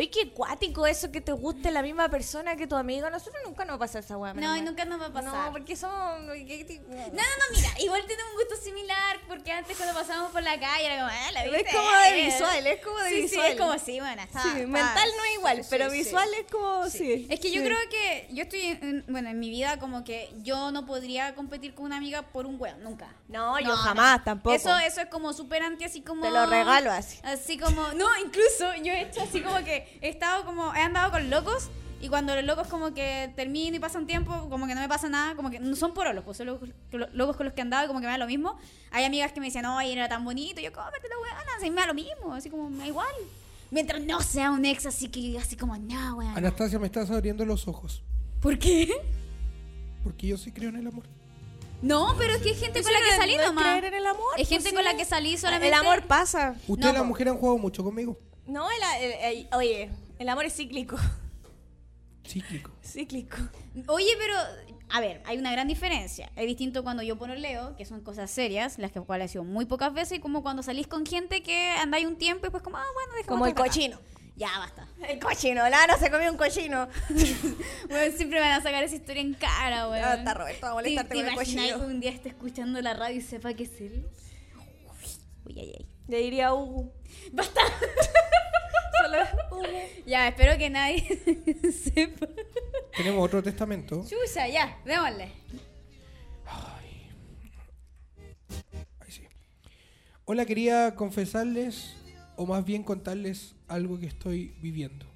Speaker 3: Oye, qué cuático eso que te guste la misma persona que tu amigo. Nosotros nunca nos pasa esa weá. menos
Speaker 4: No, y
Speaker 3: mal.
Speaker 4: nunca nos va a pasar.
Speaker 3: No, porque somos.
Speaker 4: No, no, no, mira, igual tenemos un gusto similar, porque antes cuando pasábamos por la calle era como, ah, la viste.
Speaker 3: Es como de
Speaker 4: Eh.
Speaker 3: visual, es como de
Speaker 4: sí,
Speaker 3: visual.
Speaker 4: Sí, es como, sí, bueno, está.
Speaker 3: Sí,
Speaker 4: está.
Speaker 3: mental no es igual,
Speaker 4: Sí,
Speaker 3: pero
Speaker 4: sí,
Speaker 3: visual
Speaker 4: sí.
Speaker 3: es como. Sí.
Speaker 4: Es que yo
Speaker 3: sí.
Speaker 4: creo que yo estoy, en- en- bueno, en mi vida como que yo no podría competir con una amiga por un huevo, nunca.
Speaker 3: No, yo jamás tampoco.
Speaker 4: Eso, eso es como súper anti, así como...
Speaker 3: Te lo regalo así.
Speaker 4: Así como, no, incluso yo he hecho así como que he estado como, he andado con locos y cuando los locos como que termino y pasan tiempo, como que no me pasa nada, como que no son porolos, pues son locos, locos con los que he andado y como que me da lo mismo. Hay amigas que me dicen, no, era tan bonito, y yo, cómete la weona, así me da lo mismo, así como, me da igual. Mientras no sea un ex, así que, así como, no, weón.
Speaker 5: Anastasia, me estás abriendo los ojos.
Speaker 4: ¿Por qué?
Speaker 5: Porque yo sí creo en el amor.
Speaker 4: No, pero es que hay gente con la que salí
Speaker 3: no es
Speaker 4: nomás.
Speaker 3: creer en el amor,
Speaker 4: Hay
Speaker 3: pues,
Speaker 4: gente
Speaker 3: sí.
Speaker 4: con la que salí solamente.
Speaker 3: El amor pasa.
Speaker 5: Usted
Speaker 4: No,
Speaker 5: y la
Speaker 4: po.
Speaker 5: mujer han jugado mucho conmigo.
Speaker 3: No, el, el- el- oye, el amor es cíclico.
Speaker 5: Cíclico.
Speaker 3: Cíclico.
Speaker 4: Oye, pero. A ver, hay una gran diferencia. Es distinto cuando yo pongo leo, que son cosas serias, las que cuales he sido muy pocas veces, y como cuando salís con gente que andáis un tiempo y pues como, ah, bueno, dejemos
Speaker 3: Como el
Speaker 4: hasta acá.
Speaker 3: cochino.
Speaker 4: Ya, basta.
Speaker 3: El cochino, Lana se comió un cochino.
Speaker 4: Bueno, siempre van a sacar esa historia en cara, weón.
Speaker 3: Ah, está Roberto, va a molestarte
Speaker 4: ¿Te,
Speaker 3: con
Speaker 4: te
Speaker 3: el
Speaker 4: imaginas que
Speaker 3: cochino.
Speaker 4: un día esté escuchando la radio y sepa que es él? Uy, ay, ay.
Speaker 3: Le diría Hugo.
Speaker 4: ¡Basta! Ya, espero que nadie sepa.
Speaker 5: Tenemos otro testamento.
Speaker 4: Chucha, ya, démosle.
Speaker 5: Ahí sí. Hola, quería confesarles, o más bien contarles algo que estoy viviendo.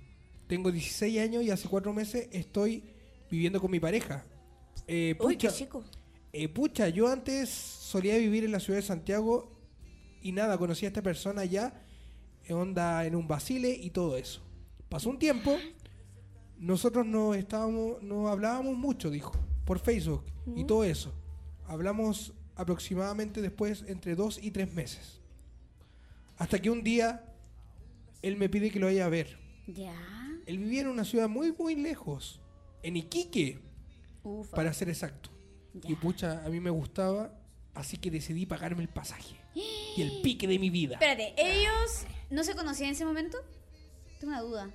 Speaker 5: Tengo 16 años y hace 4 meses estoy viviendo con mi pareja. Eh,
Speaker 3: Uy, qué
Speaker 5: pucha,
Speaker 3: chico.
Speaker 5: eh, pucha, yo antes solía vivir en la ciudad de Santiago y nada, conocí a esta persona ya, eh, onda en un basile y todo eso. Pasó un tiempo, nosotros no estábamos, no hablábamos mucho, dijo, por Facebook y todo eso. Hablamos aproximadamente después entre dos y tres meses. Hasta que un día él me pide que lo vaya a ver.
Speaker 4: Ya.
Speaker 5: Él vivía en una ciudad muy, muy lejos, en Iquique, para ser exacto. Y pucha, a mí me gustaba, así que decidí pagarme el pasaje y el pique de mi vida.
Speaker 4: Espérate, ¿ellos no se conocían en ese momento? Tengo una duda.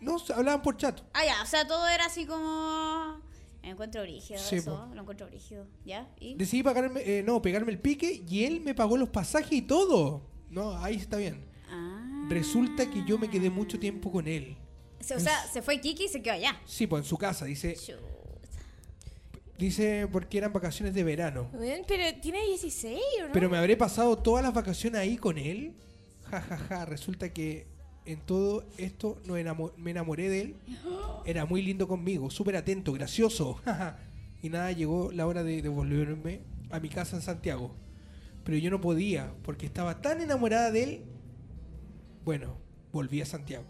Speaker 5: No, se hablaban por chat.
Speaker 4: Ah, ya, o sea, todo era así como. Encuentro brígido,
Speaker 5: Sí,
Speaker 4: eso.
Speaker 5: po.
Speaker 4: Lo encuentro brígido. ¿Ya? ¿Y?
Speaker 5: Decidí pagarme, eh, no, pegarme el pique y él me pagó los pasajes y todo. No, ahí está bien.
Speaker 4: Ah.
Speaker 5: Resulta que yo me quedé mucho tiempo con él.
Speaker 4: Se- O sea, se fue Kiki y se quedó allá.
Speaker 5: Sí, pues en su casa, dice,
Speaker 4: Chuta.
Speaker 5: dice porque eran vacaciones de verano.
Speaker 3: Weón, Pero tiene 16, ¿o no?
Speaker 5: Pero me habré pasado todas las vacaciones ahí con él. Ja, ja, ja. Resulta que en todo esto no enamo- me enamoré de él. Era muy lindo conmigo, súper atento, gracioso. ja, ja. y nada, llegó la hora de devolverme a mi casa en Santiago. Pero yo no podía, porque estaba tan enamorada de él. Bueno, volví a Santiago.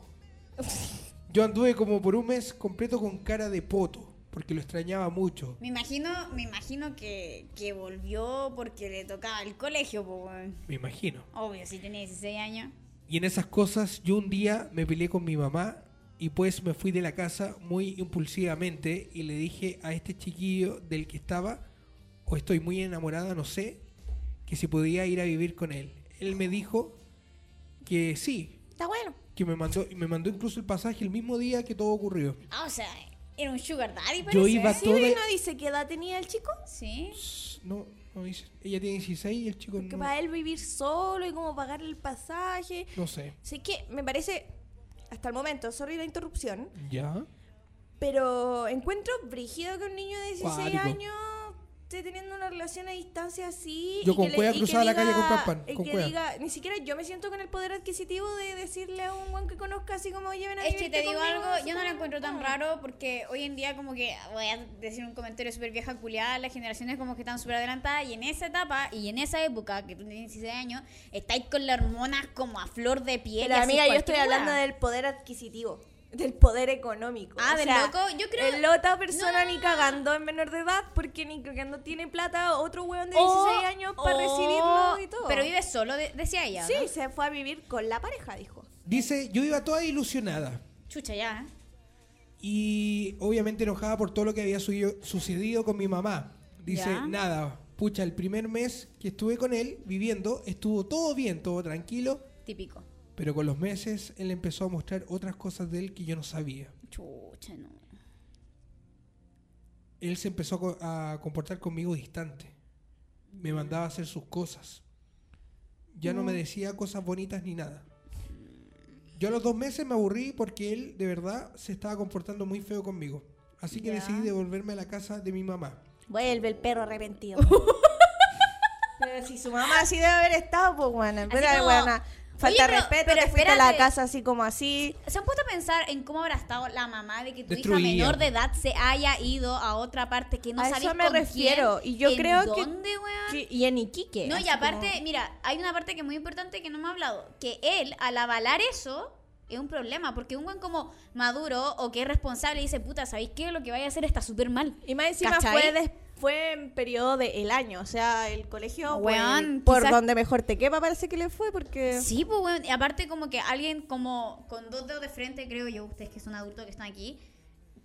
Speaker 5: Yo anduve como por un mes completo con cara de poto, porque lo extrañaba mucho.
Speaker 4: Me imagino, me imagino que, que volvió porque le tocaba el colegio, po, weón.
Speaker 5: Me imagino.
Speaker 4: Obvio, si tenía 16 años.
Speaker 5: Y en esas cosas yo un día me peleé con mi mamá y pues me fui de la casa muy impulsivamente y le dije a este chiquillo del que estaba, o estoy muy enamorada, no sé, que si podía ir a vivir con él. Él me dijo que sí,
Speaker 3: Está bueno.
Speaker 5: que me mandó, y me mandó incluso el pasaje el mismo día que todo ocurrió.
Speaker 4: Ah, o sea, era un sugar daddy, parece. ¿eh?
Speaker 5: Yo iba
Speaker 3: Sí, pero
Speaker 5: toda...
Speaker 3: ¿y no dice qué edad tenía el chico?
Speaker 4: Sí.
Speaker 5: No, no dice. Ella tiene 16 y el chico
Speaker 3: Porque
Speaker 5: no,
Speaker 3: para él vivir solo y cómo pagar el pasaje.
Speaker 5: no sé.
Speaker 3: Sé que me parece, hasta el momento, sorry la interrupción,
Speaker 5: ¿Ya?
Speaker 3: pero encuentro brígido que un niño de 16
Speaker 5: Cuático.
Speaker 3: años esté teniendo una relación a distancia así.
Speaker 5: Yo
Speaker 3: y
Speaker 5: con
Speaker 3: que le- y
Speaker 5: cueva
Speaker 3: que
Speaker 5: cruzaba la
Speaker 3: diga-
Speaker 5: calle con pan,
Speaker 3: y
Speaker 5: con
Speaker 3: que
Speaker 5: cueva.
Speaker 3: diga, ni siquiera yo me siento con el poder adquisitivo de decirle a un guan que conozca así como lleven a
Speaker 4: Es que
Speaker 3: vivirte
Speaker 4: te digo
Speaker 3: conmigo,
Speaker 4: algo,
Speaker 3: así
Speaker 4: yo no lo
Speaker 3: como- ah.
Speaker 4: encuentro tan raro porque hoy en día como que, voy a decir un comentario súper vieja culiada, las generaciones como que están súper adelantadas y en esa etapa y en esa época, que tú tienes 16 años, estáis con las hormonas como a flor de piel.
Speaker 3: Pero
Speaker 4: y así
Speaker 3: amiga, yo estoy
Speaker 4: cualquier
Speaker 3: hablando
Speaker 4: hueá.
Speaker 3: del poder adquisitivo, del poder económico.
Speaker 4: Ah,
Speaker 3: O
Speaker 4: del
Speaker 3: sea,
Speaker 4: loco, yo creo-
Speaker 3: El otra persona
Speaker 4: No.
Speaker 3: ni cagando en menor de edad porque ni cagando tiene plata otro hueón de
Speaker 4: O-
Speaker 3: 16 años para
Speaker 4: o-
Speaker 3: recibirlo y todo.
Speaker 4: Oh, Pero vive solo, de- decía ella.
Speaker 3: Sí,
Speaker 4: ¿no?
Speaker 3: se fue a vivir con la pareja, dijo.
Speaker 5: Dice, yo iba toda ilusionada.
Speaker 4: Chucha, ya.
Speaker 5: Y obviamente enojada por todo lo que había suyo- sucedido con mi mamá. Dice,
Speaker 4: Ya.
Speaker 5: nada, pucha, el primer mes que estuve con él viviendo, estuvo todo bien, todo tranquilo,
Speaker 4: Típico.
Speaker 5: pero con los meses él empezó a mostrar otras cosas de él que yo no sabía.
Speaker 4: Chucha, no.
Speaker 5: Él se empezó a co- a, comportar conmigo distante. Me mandaba a hacer sus cosas. Ya no me decía cosas bonitas ni nada. Yo a los dos meses me aburrí porque él de verdad se estaba comportando muy feo conmigo. Así que decidí devolverme a la casa de mi mamá.
Speaker 3: Vuelve el perro arrepentido. pero si su mamá así debe haber estado, pues bueno, espera,
Speaker 4: como-
Speaker 3: weona, Falta
Speaker 4: Oye, pero-
Speaker 3: respeto,
Speaker 4: pero
Speaker 3: te fuiste a la
Speaker 4: espérate.
Speaker 3: casa así como así.
Speaker 4: ¿Se han puesto a pensar en cómo habrá estado la mamá de que tu
Speaker 5: Destruida.
Speaker 4: hija menor de edad se haya ido a otra parte que no
Speaker 3: a
Speaker 4: sabes
Speaker 3: eso me
Speaker 4: con
Speaker 3: refiero.
Speaker 4: quién,
Speaker 3: y yo
Speaker 4: en
Speaker 3: creo que-
Speaker 4: dónde, weón?
Speaker 3: que. Y en Iquique.
Speaker 4: No,
Speaker 3: así
Speaker 4: y aparte,
Speaker 3: como-
Speaker 4: mira, hay una parte que es muy importante que no me ha hablado. Que él, al avalar eso, es un problema. Porque un buen como maduro o que es responsable dice, puta, ¿sabéis qué? Lo que vaya a hacer está súper mal.
Speaker 3: Y más encima
Speaker 4: ¿Cachai?
Speaker 3: fue, des- fue en periodo del año, o sea, el colegio fue
Speaker 4: Weón,
Speaker 3: el- por
Speaker 4: quizás-
Speaker 3: donde mejor te quepa parece que le fue porque...
Speaker 4: Sí, pues, weón. Y aparte, como que alguien como con dos dedos de frente, creo yo, ustedes que son adultos que están aquí,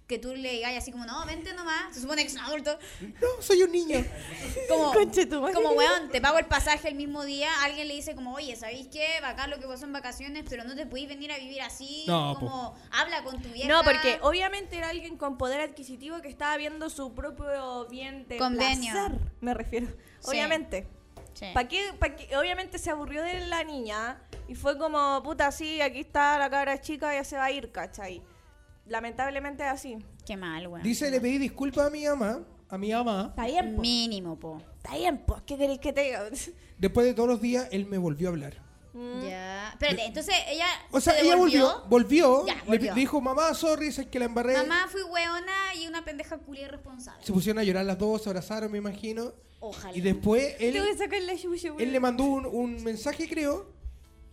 Speaker 4: que tú le digas así como, no, vente nomás, se supone que es un adulto,
Speaker 5: No, soy un niño.
Speaker 4: como,
Speaker 3: Conche tu madre.
Speaker 4: como weón, te pago el pasaje el mismo día, alguien le dice como, oye, ¿sabéis qué? Bacán lo que pasó en vacaciones, pero no te podís venir a vivir así,
Speaker 5: No,
Speaker 4: como, habla con tu vieja.
Speaker 3: No, porque obviamente era alguien con poder adquisitivo que estaba viendo su propio bien de
Speaker 4: Convenio.
Speaker 3: placer, me refiero.
Speaker 4: Sí.
Speaker 3: Obviamente.
Speaker 4: Sí.
Speaker 3: ¿Para qué, pa' qué? Obviamente se aburrió de la niña y fue como, puta, sí, aquí está la cabra chica, ya se va a ir, ¿cachai? Lamentablemente es así.
Speaker 4: Qué mal, weón.
Speaker 5: Dice, le pedí disculpas a mi mamá, a mi mamá.
Speaker 3: Está bien, pues.
Speaker 4: Mínimo, po.
Speaker 3: Está bien, pues. ¿Qué queréis que te diga?
Speaker 5: Después de todos los días, él me volvió a hablar.
Speaker 4: Ya. Espérate, entonces ella.
Speaker 5: O sea,
Speaker 4: se
Speaker 5: ella volvió, volvió,
Speaker 4: Ya,
Speaker 5: le
Speaker 4: volvió.
Speaker 5: dijo, mamá, sorry, es que la embarré.
Speaker 4: Mamá, fui weona y una pendeja culia irresponsable.
Speaker 5: Se pusieron a llorar las dos, se abrazaron, me imagino.
Speaker 4: Ojalá.
Speaker 5: Y después él,
Speaker 3: Te voy a sacar la chucha,
Speaker 5: él le mandó un, un mensaje, creo,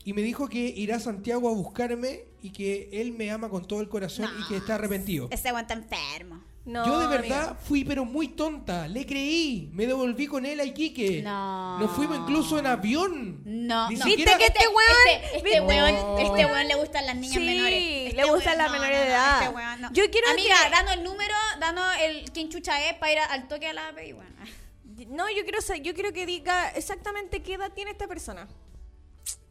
Speaker 5: y me dijo que irá a Santiago a buscarme y que él me ama con todo el corazón y que está arrepentido.
Speaker 4: Este weón está enfermo.
Speaker 3: No,
Speaker 5: Yo de
Speaker 3: amigo.
Speaker 5: verdad fui pero muy tonta, le creí, me devolví con él a Iquique.
Speaker 4: No.
Speaker 5: Nos fuimos incluso en avión.
Speaker 4: No,
Speaker 5: Ni
Speaker 4: no.
Speaker 5: siquiera-
Speaker 3: ¿Viste que este weón-
Speaker 4: Este, este
Speaker 3: ¿Viste?
Speaker 5: No.
Speaker 4: weón, este weón le gustan las niñas
Speaker 3: Sí,
Speaker 4: menores. Este
Speaker 3: le gustan
Speaker 4: weón-
Speaker 3: las
Speaker 4: no,
Speaker 3: menores
Speaker 4: no,
Speaker 3: de
Speaker 4: no,
Speaker 3: edad.
Speaker 4: este weón no.
Speaker 3: Yo quiero
Speaker 4: Amiga,
Speaker 3: que-
Speaker 4: danos el número, danos el quién chucha es para ir al toque a la peli, weón.
Speaker 3: No, yo quiero, sa- yo quiero que diga exactamente qué edad tiene esta persona.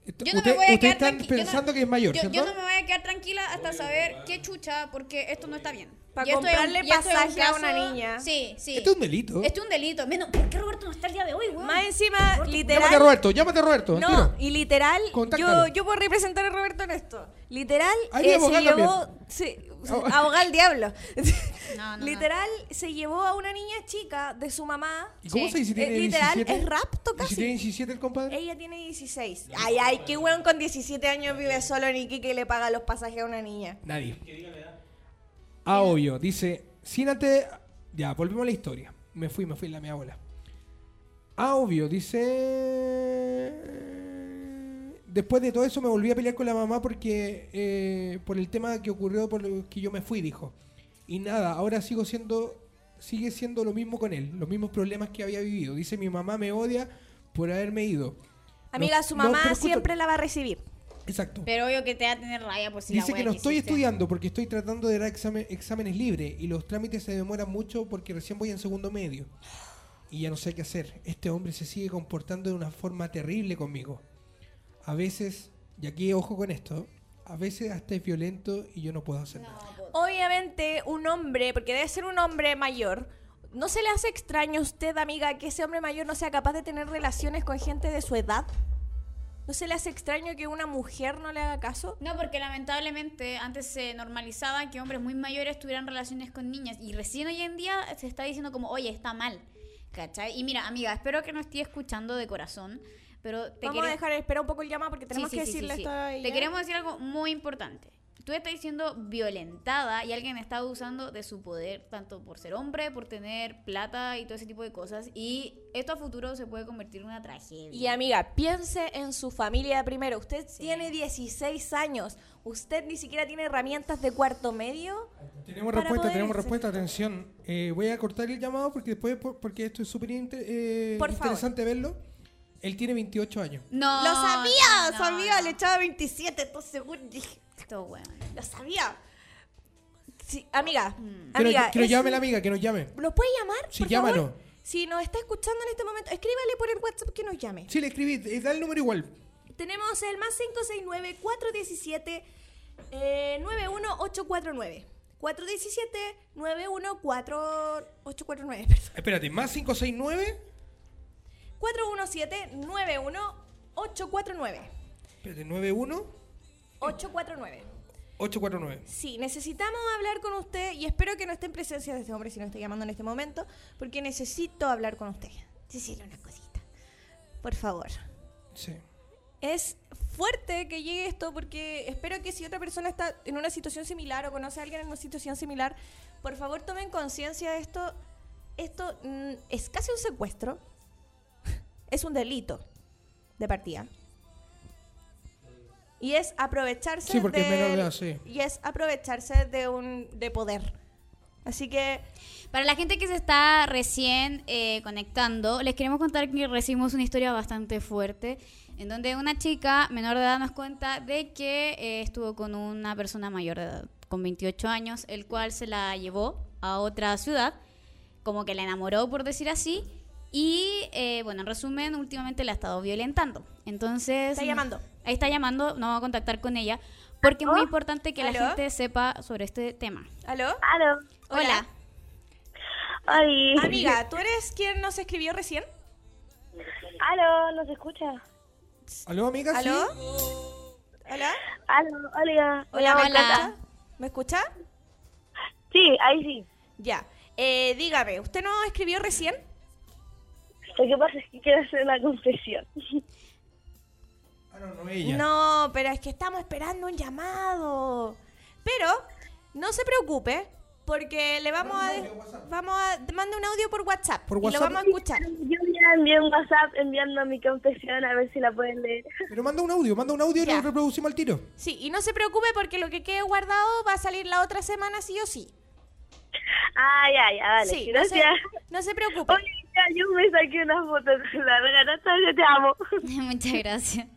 Speaker 4: Yo no me voy
Speaker 5: Usted-
Speaker 4: a
Speaker 5: ustedes
Speaker 4: quedar
Speaker 5: están
Speaker 4: tranqui- yo no-
Speaker 5: pensando que es mayor,
Speaker 4: yo,
Speaker 5: ¿cierto?
Speaker 4: yo no me voy a quedar tranquila hasta saber qué chucha, porque esto no está bien.
Speaker 3: Pa'
Speaker 4: Y esto es un-
Speaker 3: comprarle
Speaker 4: y esto es un
Speaker 3: pasaje a una
Speaker 4: caso-
Speaker 3: niña.
Speaker 4: Sí, sí.
Speaker 5: Esto es un delito.
Speaker 4: Este es un delito. Menos, ¿por qué Roberto no está el día de hoy, weón?
Speaker 3: Más encima,
Speaker 5: Llámate a
Speaker 3: literal.
Speaker 5: Ah. Roberto, llámate a Roberto. al
Speaker 3: No,
Speaker 5: tiro.
Speaker 3: y literal, yo,
Speaker 5: Contáctalo.
Speaker 3: yo puedo representar a Roberto en esto. Literal,
Speaker 5: Ahí
Speaker 3: eh, se
Speaker 5: abogado
Speaker 3: llevó. se- se- aboga al diablo.
Speaker 4: No, no, no.
Speaker 3: literal, se llevó a una niña chica de su mamá.
Speaker 5: ¿Y cómo
Speaker 4: Sí.
Speaker 5: se dice si tiene
Speaker 3: Eh, literal,
Speaker 5: 17?
Speaker 3: es rapto
Speaker 5: ¿Y si
Speaker 3: casi.
Speaker 5: tiene 17 el compadre?
Speaker 3: Ella tiene 16. Ay, ay, qué weón con 17 años vive solo en Iquique que le paga los pasajes a una niña.
Speaker 5: Nadie. Ah, obvio. Dice, sin antes... Ya, volvemos a la historia. Me fui, me fui la mi abuela. Ah, obvio. Dice... Después de todo eso me volví a pelear con la mamá porque... eh, por el tema que ocurrió, por lo que yo me fui, dijo. Y nada, ahora sigo siendo... Sigue siendo lo mismo con él. Los mismos problemas que había vivido. Dice, mi mamá me odia por haberme ido.
Speaker 3: Amiga,
Speaker 5: No-
Speaker 3: su
Speaker 5: no,
Speaker 3: mamá
Speaker 5: pero escucha-
Speaker 3: siempre la va a recibir.
Speaker 5: Exacto.
Speaker 4: Pero obvio que te va a tener rabia por si la
Speaker 5: Dice
Speaker 4: wea
Speaker 5: que no estoy
Speaker 4: hiciste.
Speaker 5: estudiando porque estoy tratando de dar examen- exámenes libres y los trámites se demoran mucho porque recién voy en segundo medio. Y ya no sé qué hacer. Este hombre se sigue comportando de una forma terrible conmigo. A veces, y aquí ojo con esto, a veces hasta es violento y yo no puedo hacer nada.
Speaker 3: Obviamente, un hombre, porque debe ser un hombre mayor, ¿no se le hace extraño a usted, amiga, que ese hombre mayor no sea capaz de tener relaciones con gente de su edad? ¿No se le hace extraño que una mujer no le haga caso?
Speaker 4: No, porque lamentablemente antes se normalizaba que hombres muy mayores tuvieran relaciones con niñas y recién hoy en día se está diciendo como, oye, está mal. ¿Cachai? Y mira, amiga, espero que no esté escuchando de corazón, pero te
Speaker 3: Vamos
Speaker 4: queremos-
Speaker 3: a dejar esperar un poco el llamado porque
Speaker 4: Sí,
Speaker 3: tenemos
Speaker 4: sí,
Speaker 3: que
Speaker 4: sí, sí,
Speaker 3: decirle
Speaker 4: sí.
Speaker 3: esto ¿eh? a
Speaker 4: Te
Speaker 3: ella.
Speaker 4: queremos decir algo muy importante. Tú estás siendo violentada y alguien está abusando de su poder, tanto por ser hombre, por tener plata y todo ese tipo de cosas. Y esto a futuro se puede convertir en una tragedia.
Speaker 3: Y amiga, piense en su familia primero. Usted tiene 16 años. Usted ni siquiera tiene herramientas de cuarto medio.
Speaker 5: Tenemos
Speaker 3: Para
Speaker 5: respuesta,
Speaker 3: poder
Speaker 5: tenemos
Speaker 3: irse.
Speaker 5: respuesta, atención. Eh, voy a cortar el llamado porque después, por- porque esto es súper inter- eh,
Speaker 3: Por favor.
Speaker 5: interesante verlo. Él tiene 28 años.
Speaker 4: No.
Speaker 3: ¡Lo sabía!
Speaker 4: no,
Speaker 3: sabía,
Speaker 4: no.
Speaker 3: le echaba 27, entonces seguro dije.
Speaker 4: Esto, weón.
Speaker 3: Lo sabía. Sí, amiga,
Speaker 5: Que, nos-
Speaker 3: amiga.
Speaker 5: que nos
Speaker 3: es-
Speaker 5: llame la amiga, que nos llame.
Speaker 3: ¿Nos puede llamar?
Speaker 5: Sí,
Speaker 3: por
Speaker 5: llámanos.
Speaker 3: favor? Si nos está escuchando en este momento, escríbale por el WhatsApp que nos llame.
Speaker 5: Sí, le escribí, eh, da el número igual.
Speaker 3: Tenemos el más 569 417 eh, 91849. 417 91449, perdón.
Speaker 5: Espérate, más 569.
Speaker 3: 417 91849.
Speaker 5: Espérate, 91
Speaker 3: 849.
Speaker 5: 849.
Speaker 3: Sí, necesitamos hablar con usted y espero que no esté en presencia de este hombre si no está llamando en este momento, porque necesito hablar con usted. Decirle una cosita. Por favor.
Speaker 5: Sí.
Speaker 3: Es fuerte que llegue esto porque espero que si otra persona está en una situación similar o conoce a alguien en una situación similar, por favor tomen conciencia de esto. Esto mm, es casi un secuestro. es un delito de partida. Y es aprovecharse
Speaker 5: Sí, porque es
Speaker 3: del-
Speaker 5: menor de edad, sí.
Speaker 3: y es aprovecharse de un de poder. Así que
Speaker 4: Para la gente que se está recién eh, conectando, les queremos contar que recibimos una historia bastante fuerte. en donde una chica menor de edad nos cuenta de que eh, estuvo con una persona mayor de edad, con 28 años, el cual se la llevó a otra ciudad, como que la enamoró, por decir así, y eh, bueno, en resumen, últimamente la ha estado violentando. Entonces...
Speaker 3: Está llamando. ¿Ah?
Speaker 4: Ahí está llamando, nos vamos a contactar con ella, porque es muy importante que
Speaker 3: ¿Aló?
Speaker 4: la gente sepa sobre este tema.
Speaker 3: ¿Aló?
Speaker 7: Ah,
Speaker 11: Claro.
Speaker 3: Hola.
Speaker 4: Hola.
Speaker 11: Ay.
Speaker 3: Amiga, ¿tú eres quien nos escribió recién?
Speaker 11: Aló, ¿nos escucha?
Speaker 5: ¿Aló, amiga? ¿Sí?
Speaker 3: ¿Aló? ¿Hola?
Speaker 11: Aló, hola.
Speaker 3: Hola, ¿me
Speaker 4: hola.
Speaker 3: escucha? ¿Me escucha?
Speaker 11: Sí, ahí sí.
Speaker 3: Ya. Eh, dígame, ¿usted nos escribió recién?
Speaker 11: Lo que pasa es que quiero hacer una confesión.
Speaker 5: Ah, no, no, ella.
Speaker 3: No, pero es que estamos esperando un llamado. Pero no se preocupe, porque le vamos a
Speaker 5: audio, WhatsApp.
Speaker 3: vamos a manda un audio por WhatsApp
Speaker 5: Por
Speaker 3: y lo
Speaker 5: WhatsApp.
Speaker 3: vamos a escuchar.
Speaker 11: Yo ya envié un WhatsApp enviando mi confesión a ver si la pueden leer.
Speaker 5: Pero manda un audio, manda un audio y
Speaker 3: Ya.
Speaker 5: lo reproducimos al tiro.
Speaker 3: Sí, y no se preocupe porque lo que quede guardado va a salir la otra semana sí o sí.
Speaker 11: Ah, ya, ya, vale.
Speaker 3: sí, no se,
Speaker 11: gracias.
Speaker 3: no se preocupe.
Speaker 11: Oye, ya, yo me saqué una foto con la regalata, yo te amo.
Speaker 4: Muchas gracias.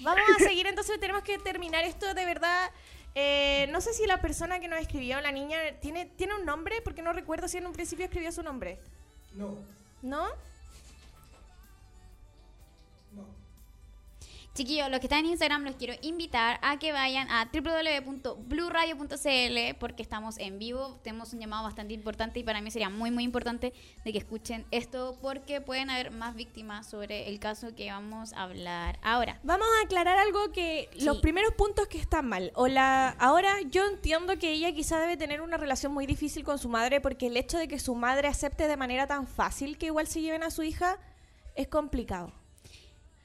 Speaker 3: Vamos a seguir, entonces tenemos que terminar esto de verdad. Eh, no sé si la persona que nos escribió, la niña, tiene, tiene un nombre, porque no recuerdo si en un principio escribió su nombre.
Speaker 5: No.
Speaker 3: ¿No?
Speaker 4: Chiquillos, los que están en Instagram los quiero invitar a que vayan a www.bluradio.cl porque estamos en vivo, tenemos un llamado bastante importante y para mí sería muy muy importante de que escuchen esto porque pueden haber más víctimas sobre el caso que vamos a hablar ahora.
Speaker 3: Vamos a aclarar algo que los
Speaker 4: Sí.
Speaker 3: primeros puntos que están mal. O la ahora yo entiendo que ella quizá debe tener una relación muy difícil con su madre porque el hecho de que su madre acepte de manera tan fácil que igual se lleven a su hija es complicado.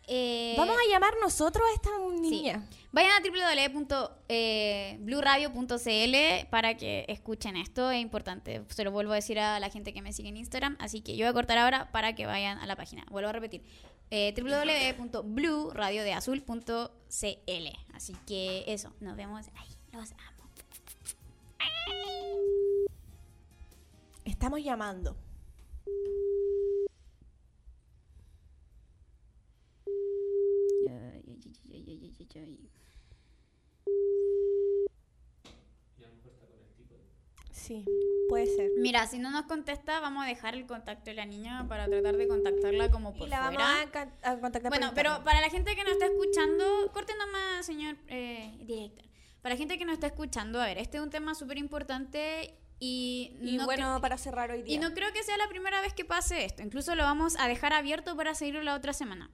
Speaker 4: Eh,
Speaker 3: Vamos a llamar nosotros a esta
Speaker 4: sí.
Speaker 3: niña.
Speaker 4: Vayan a eh, www.bluradio.cl para que escuchen esto, es importante. Se lo vuelvo a decir a la gente que me sigue en Instagram, así que yo voy a cortar ahora para que vayan a la página. Vuelvo a repetir. Eh, www.bluradiodeazul.cl Así que eso, nos vemos ahí. Los amo.
Speaker 3: Estamos llamando. Sí, puede ser.
Speaker 4: Mira, si no nos contesta, vamos a dejar el contacto de la niña para tratar de contactarla como por
Speaker 3: y la vamos
Speaker 4: fuera.
Speaker 3: a, ca- a contactar. por
Speaker 4: Bueno, pero
Speaker 3: internet.
Speaker 4: para la gente que nos está escuchando, corte nomás, señor eh, director. Para la gente que nos está escuchando, a ver, este es un tema súper importante y,
Speaker 3: Y
Speaker 4: no
Speaker 3: bueno,
Speaker 4: cre-
Speaker 3: para cerrar hoy día.
Speaker 4: y no creo que sea la primera vez que pase esto. Incluso lo vamos a dejar abierto para seguirlo la otra semana.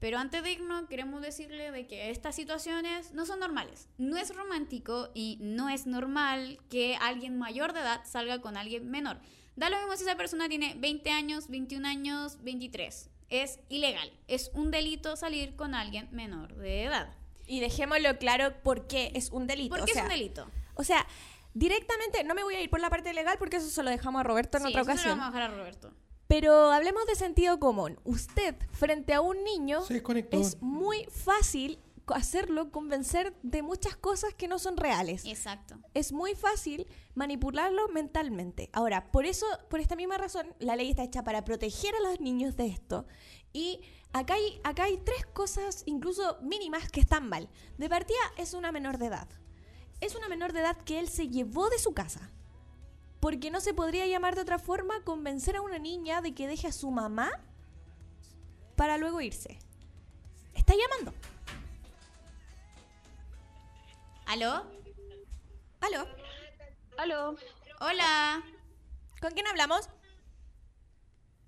Speaker 4: Pero antes de irnos, queremos decirle de que estas situaciones no son normales. No es romántico y no es normal que alguien mayor de edad salga con alguien menor. Da lo mismo si esa persona tiene 20 años, 21 años, 23. Es ilegal. Es un delito salir con alguien menor de edad.
Speaker 3: Y dejémoslo claro por qué es un delito.
Speaker 4: ¿Por
Speaker 3: o
Speaker 4: qué
Speaker 3: sea,
Speaker 4: es un delito?
Speaker 3: O sea, directamente no me voy a ir por la parte legal porque eso se lo dejamos a Roberto en
Speaker 4: Sí,
Speaker 3: otra
Speaker 4: eso se lo
Speaker 3: ocasión.
Speaker 4: vamos a dejar a Roberto.
Speaker 3: Pero hablemos de sentido común. Usted, frente a un niño,
Speaker 5: Se desconectó.
Speaker 3: es muy fácil co- hacerlo convencer de muchas cosas que no son reales.
Speaker 4: Exacto.
Speaker 3: Es muy fácil manipularlo mentalmente. Ahora, por eso, por esta misma razón, la ley está hecha para proteger a los niños de esto. Y acá hay, acá hay tres cosas, incluso mínimas, que están mal. De partida, es una menor de edad. Es una menor de edad que él se llevó de su casa. Porque no se podría llamar de otra forma convencer a una niña de que deje a su mamá para luego irse. Está llamando.
Speaker 4: ¿Aló?
Speaker 3: ¿Aló?
Speaker 7: Aló,
Speaker 4: Hola.
Speaker 3: ¿Con quién hablamos?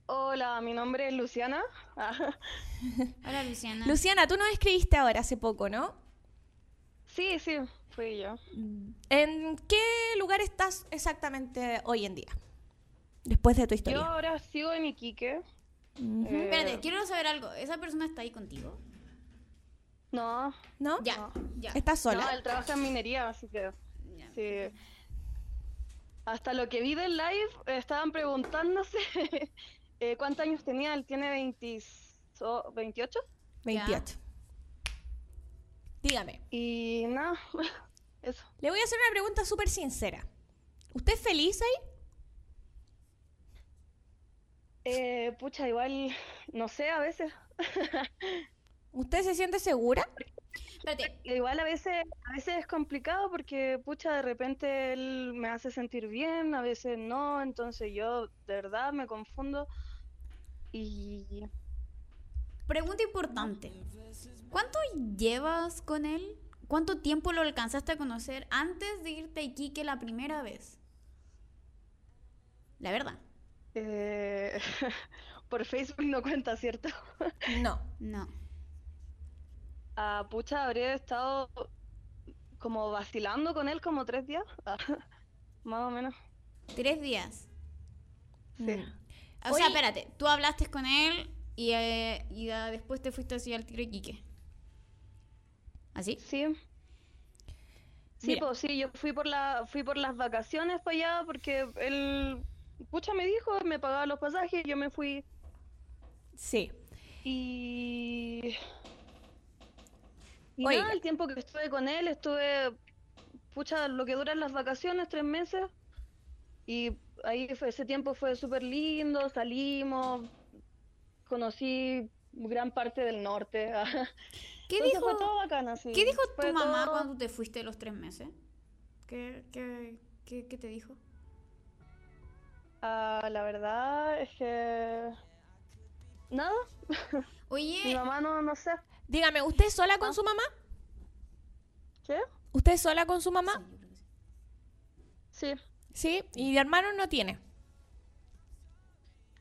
Speaker 7: hola, mi nombre es Luciana. Ah,
Speaker 4: Hola, Luciana.
Speaker 3: Luciana, tú nos escribiste ahora hace poco, ¿no?
Speaker 7: sí, sí, fui yo.
Speaker 3: ¿En qué lugar estás exactamente hoy en día? Después de tu
Speaker 7: Yo
Speaker 3: historia. Mm,
Speaker 7: ahora sigo en Iquique.
Speaker 3: Ujú.
Speaker 7: eh,
Speaker 4: Espérate, quiero saber algo. ¿Esa persona está ahí contigo?
Speaker 7: No,
Speaker 3: ¿No?
Speaker 4: Ya, ya.
Speaker 3: ¿Estás
Speaker 7: no,
Speaker 3: sola?
Speaker 7: él trabaja en minería, así que
Speaker 4: Ya.
Speaker 7: sí. Hasta lo que vi del live, eh, estaban preguntándose eh, cuántos años tenía. Él tiene oh, 20 so- 28
Speaker 3: 28. Dígame,
Speaker 7: y nada, eso.
Speaker 3: le voy a hacer una pregunta súper sincera. ¿Usted es feliz ahí?
Speaker 7: Eh, pucha, igual, no sé, a veces.
Speaker 3: ¿Usted se siente segura?
Speaker 7: Igual a veces, a veces es complicado porque, pucha, de repente él me hace sentir bien, a veces no, entonces yo de verdad me confundo y...
Speaker 4: Pregunta importante. ¿Cuánto llevas con él? ¿Cuánto tiempo lo alcanzaste a conocer antes de irte a Iquique la primera vez? La verdad.
Speaker 7: eh, por Facebook no cuenta, ¿cierto?
Speaker 3: No.
Speaker 4: No.
Speaker 7: Ah, pucha, habría estado como vacilando con él como tres días, ah, más o menos.
Speaker 4: Tres días.
Speaker 7: Sí.
Speaker 4: O sea, espérate, tú hablaste con él y, eh, y ah, después te fuiste así al tiro Iquique. ¿Así?
Speaker 7: Sí. Sí,
Speaker 4: Mira.
Speaker 7: pues sí, yo fui por la, fui por las vacaciones para allá porque él, pucha, me dijo, me pagaba los pasajes, yo me fui
Speaker 3: Sí.
Speaker 7: y... Y
Speaker 3: Oiga.
Speaker 7: nada, el tiempo que estuve con él, estuve, pucha, lo que duran las vacaciones, tres meses, y ahí fue, ese tiempo fue súper lindo, salimos, conocí gran parte del norte.
Speaker 4: ¿Qué
Speaker 7: Entonces fue
Speaker 4: dijo-
Speaker 7: todo bacán, así,
Speaker 4: ¿Qué dijo
Speaker 7: fue
Speaker 4: tu mamá
Speaker 7: todo-
Speaker 4: cuando te fuiste los tres meses? ¿Qué, qué, qué, qué te dijo?
Speaker 7: Ah, la verdad es que... Nada.
Speaker 4: Oye.
Speaker 7: Mi mamá no, no sé.
Speaker 3: Dígame, ¿usted es sola con su mamá?
Speaker 7: ¿Qué?
Speaker 3: ¿Usted es sola con su mamá?
Speaker 7: Sí.
Speaker 3: Sí. ¿Y de hermano no tiene?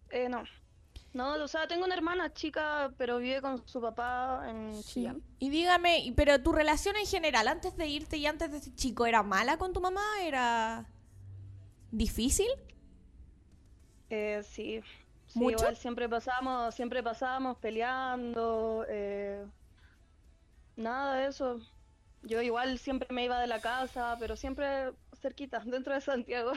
Speaker 7: Eh, no. No, o sea, tengo una hermana chica, pero vive con su papá en Chillán.
Speaker 3: Y dígame, y- pero tu relación en general, antes de irte y antes de este chico, ¿era mala con tu mamá? ¿Era difícil?
Speaker 7: Eh, sí. Sí,
Speaker 3: ¿Mucho?
Speaker 7: igual siempre pasábamos, siempre pasábamos peleando, eh, nada de eso. Yo igual siempre me iba de la casa, pero siempre cerquita, dentro de Santiago.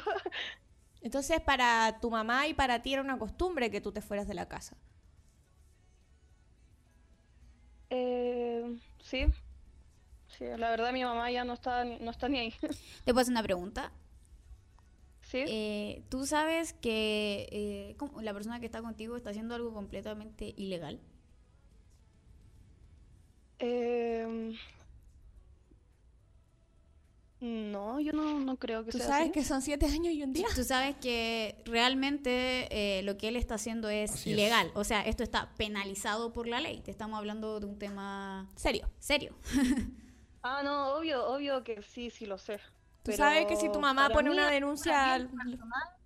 Speaker 3: Entonces, para tu mamá y para ti era una costumbre que tú te fueras de la casa.
Speaker 7: Eh, sí. Sí, la verdad mi mamá ya no está, ni- no está ni ahí.
Speaker 4: Te puedo hacer una pregunta.
Speaker 7: Sí.
Speaker 4: Eh, ¿Tú sabes que eh, cómo- la persona que está contigo está haciendo algo completamente ilegal?
Speaker 7: Em, no, yo no, no creo que
Speaker 3: Tú
Speaker 7: sea
Speaker 3: sabes
Speaker 7: así.
Speaker 3: que son siete años y un día.
Speaker 4: Tú sabes que realmente eh, lo que él está haciendo es
Speaker 3: Así es.
Speaker 4: ilegal. O sea, esto está penalizado por la ley. Te estamos hablando de un tema
Speaker 3: Serio.
Speaker 4: serio.
Speaker 7: Ah, no, obvio, obvio que sí, sí lo sé.
Speaker 3: Tú sabes que si tu mamá
Speaker 7: para
Speaker 3: pone
Speaker 7: mí-
Speaker 3: una denuncia...
Speaker 7: Para mí, en lo personal-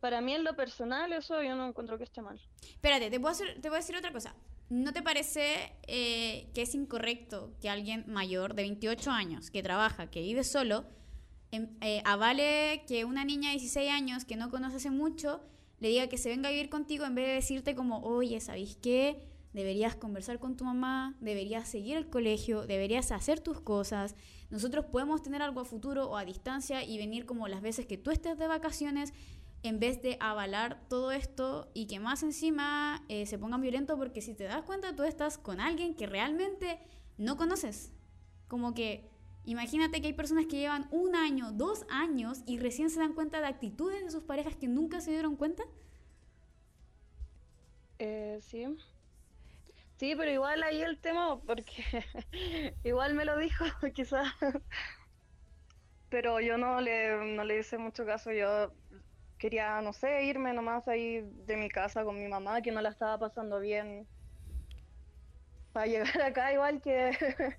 Speaker 7: para mí en lo personal, eso yo no encuentro que esté mal.
Speaker 4: Espérate, te puedo, hacer- te voy a decir otra cosa. ¿No te parece eh, que es incorrecto que alguien mayor de 28 años, que trabaja, que vive solo, em- eh, avale que una niña de 16 años que no conoce hace mucho le diga que se venga a vivir contigo en vez de decirte como, oye, ¿sabéis qué? Deberías conversar con tu mamá, deberías seguir el colegio, deberías hacer tus cosas. Nosotros podemos tener algo a futuro o a distancia y venir como las veces que tú estés de vacaciones en vez de avalar todo esto y que más encima eh, se pongan violentos porque si te das cuenta tú estás con alguien que realmente no conoces. Como que imagínate que hay personas que llevan un año, dos años y recién se dan cuenta de actitudes de sus parejas que nunca se dieron cuenta.
Speaker 7: Eh, sí. Sí, pero igual ahí el tema, porque igual me lo dijo, quizás. Pero yo no le, no le hice mucho caso. Yo quería, no sé, irme nomás ahí de mi casa con mi mamá, que no la estaba pasando bien. Para llegar acá, igual que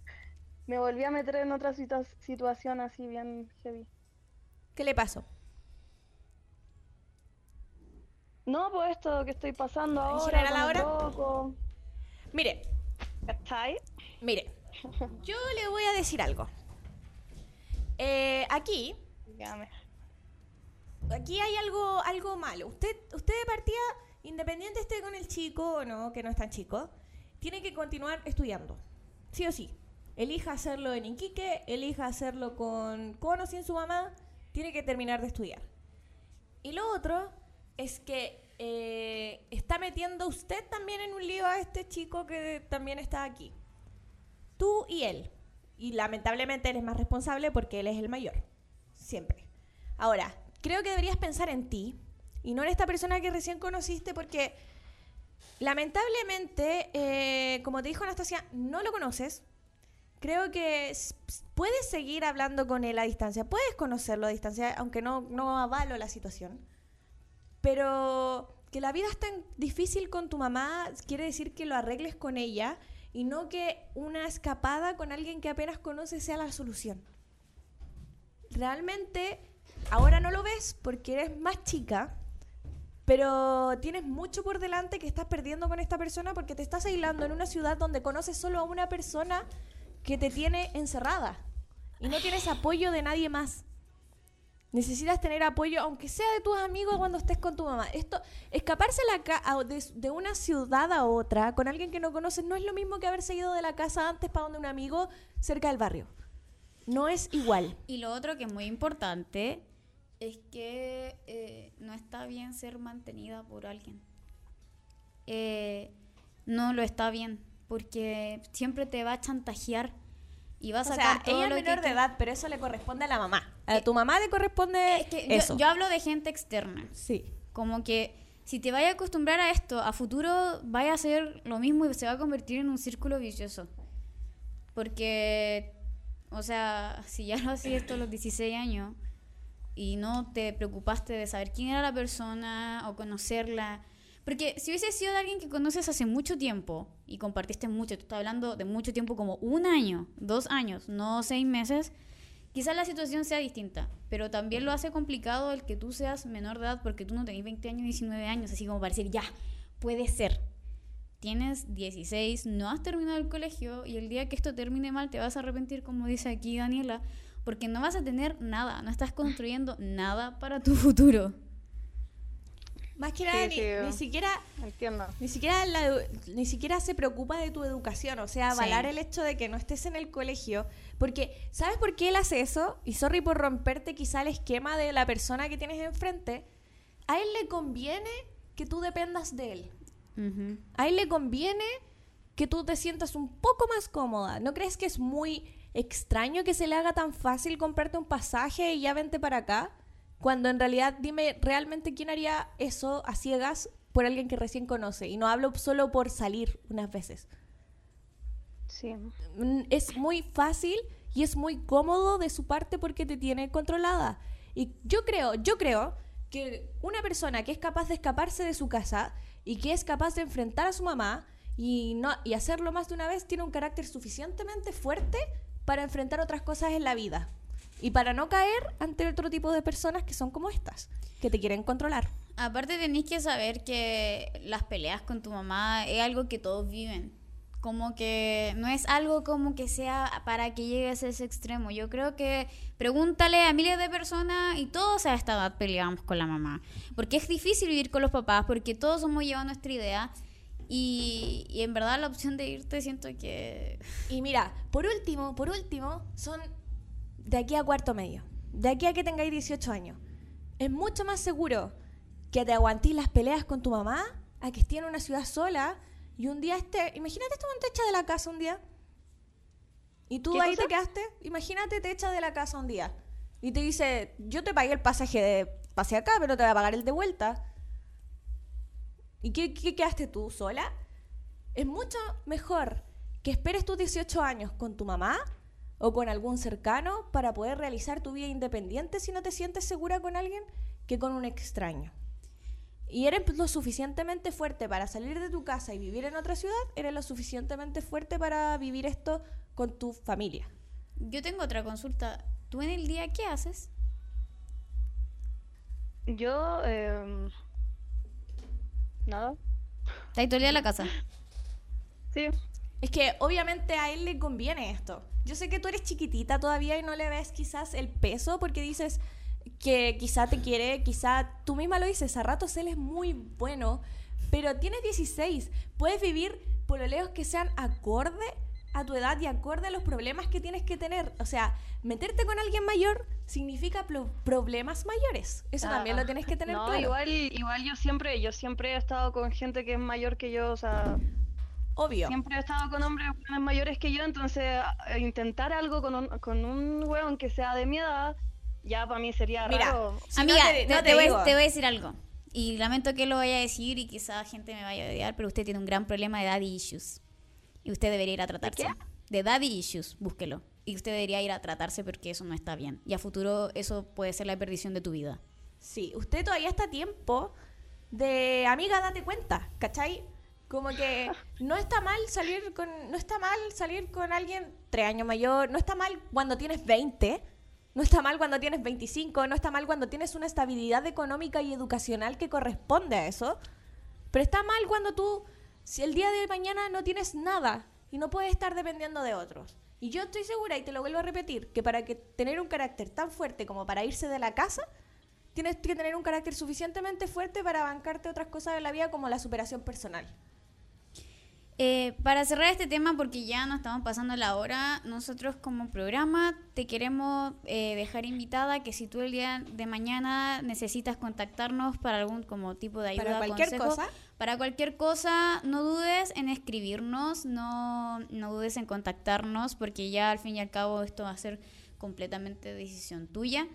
Speaker 7: me volví a meter en otra situa- situación así bien heavy.
Speaker 3: ¿Qué le pasó?
Speaker 7: No, pues esto que estoy pasando
Speaker 3: Ay,
Speaker 7: ahora
Speaker 3: ¿será la
Speaker 7: con el
Speaker 3: hora?
Speaker 7: loco,
Speaker 3: Mire,
Speaker 7: ¿cachai?
Speaker 3: mire. Yo le voy a decir algo. Eh, aquí
Speaker 7: Dígame.
Speaker 3: aquí hay algo, algo malo. Usted, usted de partida, independiente esté con el chico o no, que no es tan chico, tiene que continuar estudiando. Sí o sí. Elija hacerlo en Iquique, elija hacerlo con, con o sin su mamá, tiene que terminar de estudiar. Y lo otro es que eh, está metiendo usted también en un lío a este chico que también está aquí. Tú y él. Y lamentablemente él es más responsable porque él es el mayor. Siempre. Ahora, creo que deberías pensar en ti y no en esta persona que recién conociste porque Lamentablemente, eh, como te dijo Anastasia, no lo conoces. Creo que s- s- puedes seguir hablando con él a distancia, puedes conocerlo a distancia, aunque no, no avalo la situación. Pero que la vida es tan difícil con tu mamá quiere decir que lo arregles con ella y no que una escapada con alguien que apenas conoces sea la solución. Realmente, ahora no lo ves porque eres más chica, pero tienes mucho por delante que estás perdiendo con esta persona porque te estás aislando en una ciudad donde conoces solo a una persona que te tiene encerrada y no tienes apoyo de nadie más. Necesitas tener apoyo, aunque sea de tus amigos cuando estés con tu mamá. Esto, escaparse a la ca- a- de, de una ciudad a otra con alguien que no conoces no es lo mismo que haberse ido de la casa antes para donde un amigo cerca del barrio. No es igual.
Speaker 4: Y lo otro que es muy importante es que eh, no está bien ser mantenida por alguien. Eh, no lo está bien, porque siempre te va a chantajear y va a
Speaker 3: O sea,
Speaker 4: sacar todo
Speaker 3: ella es
Speaker 4: lo que
Speaker 3: menor de
Speaker 4: qui-
Speaker 3: edad, pero eso le corresponde a la mamá. A tu mamá le corresponde
Speaker 4: que yo-
Speaker 3: eso.
Speaker 4: Yo, hablo de gente externa.
Speaker 3: Sí.
Speaker 4: Como que si te vaya a acostumbrar a esto, a futuro vaya a ser lo mismo y se va a convertir en un círculo vicioso. Porque, o sea, si ya lo hacías esto a los 16 años y no te preocupaste de saber quién era la persona o conocerla. Porque si hubiese sido de alguien que conoces hace mucho tiempo y compartiste mucho, tú estás hablando de mucho tiempo como un año, dos años, no seis meses, Quizás la situación sea distinta, pero también lo hace complicado el que tú seas menor de edad porque tú no tenés 20 años, 19 años, así como para decir, ya, puede ser. Tienes 16, no has terminado el colegio y el día que esto termine mal te vas a arrepentir, como dice aquí Daniela, porque no vas a tener nada, no estás construyendo nada para tu futuro.
Speaker 3: Más que nada,
Speaker 4: Sí,
Speaker 3: ni,
Speaker 4: sí.
Speaker 3: ni siquiera. Ni siquiera, la edu- ni siquiera se preocupa de tu educación, o sea,
Speaker 4: Sí.
Speaker 3: avalar el hecho de que no estés en el colegio. Porque, ¿sabes por qué él hace eso? Y sorry por romperte quizá el esquema de la persona que tienes enfrente. A él le conviene que tú dependas de él. A él le conviene que tú te sientas un poco más cómoda. ¿No crees que es muy extraño que se le haga tan fácil comprarte un pasaje y ya vente para acá? Cuando en realidad, dime, ¿realmente quién haría eso a ciegas por alguien que recién conoce? Y no hablo solo por salir unas veces.
Speaker 12: Sí.
Speaker 3: Mm, Es muy fácil y es muy cómodo de su parte porque te tiene controlada. Y yo creo, yo creo que una persona que es capaz de escaparse de su casa y que es capaz de enfrentar a su mamá y, no, y hacerlo más de una vez tiene un carácter suficientemente fuerte para enfrentar otras cosas en la vida. Y para no caer ante otro tipo de personas que son como estas, que te quieren controlar.
Speaker 4: Aparte tenéis que saber que las peleas con tu mamá es algo que todos viven. Como que no es algo como que sea para que llegues a ese extremo. Yo creo que pregúntale a miles de personas y todos a esta edad peleamos con la mamá. Porque es difícil vivir con los papás, porque todos somos llevando nuestra idea. Y, y en verdad la opción de irte siento que...
Speaker 3: Y mira, por último, por último, son de aquí a cuarto medio, de aquí a que tengáis 18 años. Es mucho más seguro que te aguantís las peleas con tu mamá a que estés en una ciudad sola y un día esté. Imagínate, esto te echa de la casa un día. Y tú
Speaker 10: ¿Qué
Speaker 3: ahí
Speaker 10: cosa?
Speaker 3: te quedaste. Imagínate, te echa de la casa un día. Y te dice: Yo te pagué el pasaje de pase acá, pero te voy a pagar el de vuelta. ¿Y qué, qué quedaste tú sola? Es mucho mejor que esperes tus 18 años con tu mamá o con algún cercano para poder realizar tu vida independiente si no te sientes segura con alguien que con un extraño. Y eres lo suficientemente fuerte para salir de tu casa y vivir en otra ciudad, eres lo suficientemente fuerte para vivir esto con tu familia.
Speaker 4: Yo tengo otra consulta. ¿Tú en el día qué haces?
Speaker 12: Yo, eh, nada.
Speaker 4: ¿Estás todo el día en la casa?
Speaker 12: Sí.
Speaker 3: Es que obviamente a él le conviene esto. Yo sé que tú eres chiquitita todavía y no le ves quizás el peso porque dices que quizá te quiere, quizá tú misma lo dices, a ratos él es muy bueno, pero tienes 16, puedes vivir pololeos que sean acorde a tu edad y acorde a los problemas que tienes que tener. O sea, meterte con alguien mayor significa plo- problemas mayores. Eso también
Speaker 12: Ah,
Speaker 3: lo tienes que tener
Speaker 12: no,
Speaker 3: claro.
Speaker 12: igual, igual yo siempre, yo siempre he estado con gente que es mayor que yo, o sea,
Speaker 3: Obvio.
Speaker 12: siempre he estado con hombres hueones mayores que yo, entonces
Speaker 7: ah,
Speaker 12: a- intentar algo con un, con un hueón que sea de mi edad, ya para mí sería
Speaker 3: Mira,
Speaker 12: raro.
Speaker 3: si no Amiga, te- no te te- te voy- digo.
Speaker 4: te voy a decir algo. y lamento que lo vaya a decir y quizá gente me vaya a odiar, pero usted tiene un gran problema de daddy issues. Y usted debería ir a tratarse. De daddy issues, búsquelo. Y usted debería ir a tratarse porque eso no está bien. Y a futuro eso puede ser la perdición de tu vida.
Speaker 3: Sí, usted todavía está a tiempo de amiga, date cuenta, ¿cachai? Como que no está mal salir con no está mal salir con alguien tres años mayor, no está mal cuando tienes 20, no está mal cuando tienes 25, no está mal cuando tienes una estabilidad económica y educacional que corresponde a eso, pero está mal cuando tú si el día de mañana no tienes nada y no puedes estar dependiendo de otros. Y yo estoy segura y te lo vuelvo a repetir que para que tener un carácter tan fuerte como para irse de la casa tienes que tener un carácter suficientemente fuerte para bancarte otras cosas de la vida como la superación personal.
Speaker 4: Eh, para cerrar este tema, porque ya nos estamos pasando la hora, nosotros como programa te queremos eh, dejar invitada que si tú el día de mañana necesitas contactarnos para algún como tipo de ayuda,
Speaker 3: Para cualquier
Speaker 4: consejo,
Speaker 3: cosa.
Speaker 4: para cualquier cosa, no dudes en escribirnos, no, no dudes en contactarnos, porque ya al fin y al cabo esto va a ser completamente decisión tuya.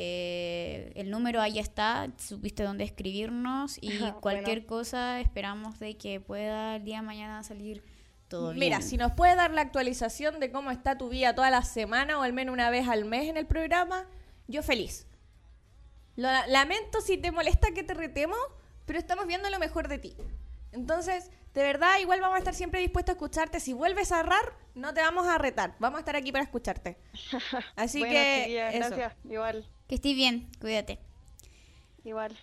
Speaker 4: Eh, el número ahí está, supiste dónde escribirnos y
Speaker 3: Bueno.
Speaker 4: cualquier cosa esperamos de que pueda el día de mañana salir todo
Speaker 3: Mira,
Speaker 4: bien.
Speaker 3: si nos puedes dar la actualización de cómo está tu vida toda la semana o al menos una vez al mes en el programa, yo feliz. Lo la- lamento si te molesta que te retemos, pero estamos viendo lo mejor de ti. Entonces, de verdad, igual vamos a estar siempre dispuestos a escucharte. Si vuelves a errar, no te vamos a retar. Vamos a estar aquí para escucharte. Así
Speaker 7: Bueno,
Speaker 3: que,
Speaker 7: chiquillas,
Speaker 3: eso.
Speaker 7: gracias. Igual,
Speaker 4: Que estés bien, cuídate.
Speaker 7: igual.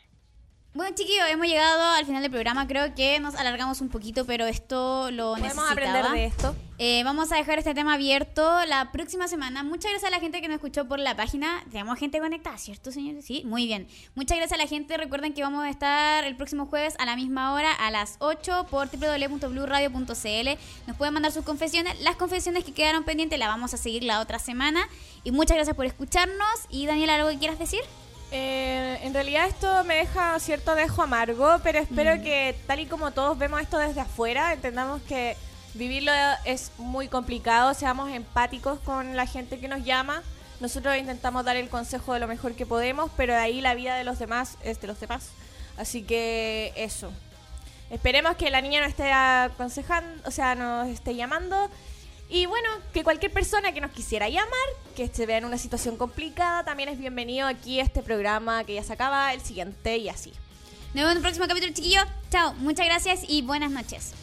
Speaker 4: Bueno, chiquillos, hemos llegado al final del programa. Creo que nos alargamos un poquito, pero esto lo
Speaker 3: Podemos
Speaker 4: necesitaba.
Speaker 3: aprender de esto.
Speaker 4: Eh, vamos a dejar este tema abierto la próxima semana. Muchas gracias a la gente que nos escuchó por la página. Tenemos gente conectada, ¿cierto, señores? Sí, muy bien. Muchas gracias a la gente. Recuerden que vamos a estar el próximo jueves a la misma hora, a las 8, por www.bluradio.cl. Nos pueden mandar sus confesiones. Las confesiones que quedaron pendientes las vamos a seguir la otra semana. Y muchas gracias por escucharnos. Y Daniela, ¿algo que quieras decir?
Speaker 3: Eh, en realidad esto me deja cierto dejo amargo, pero espero que tal y como todos vemos esto desde afuera, entendamos que vivirlo es muy complicado, seamos empáticos con la gente que nos llama. Nosotros intentamos dar el consejo de lo mejor que podemos, pero de ahí la vida de los demás es de los demás. Así que eso. Esperemos que la niña nos esté aconsejando, o sea, nos esté llamando. Y bueno, que cualquier persona que nos quisiera llamar, que se vea en una situación complicada, también es bienvenido aquí a este programa que ya se acaba, el siguiente y así.
Speaker 4: Nos vemos en el próximo capítulo, chiquillos. Chao, muchas gracias y buenas noches.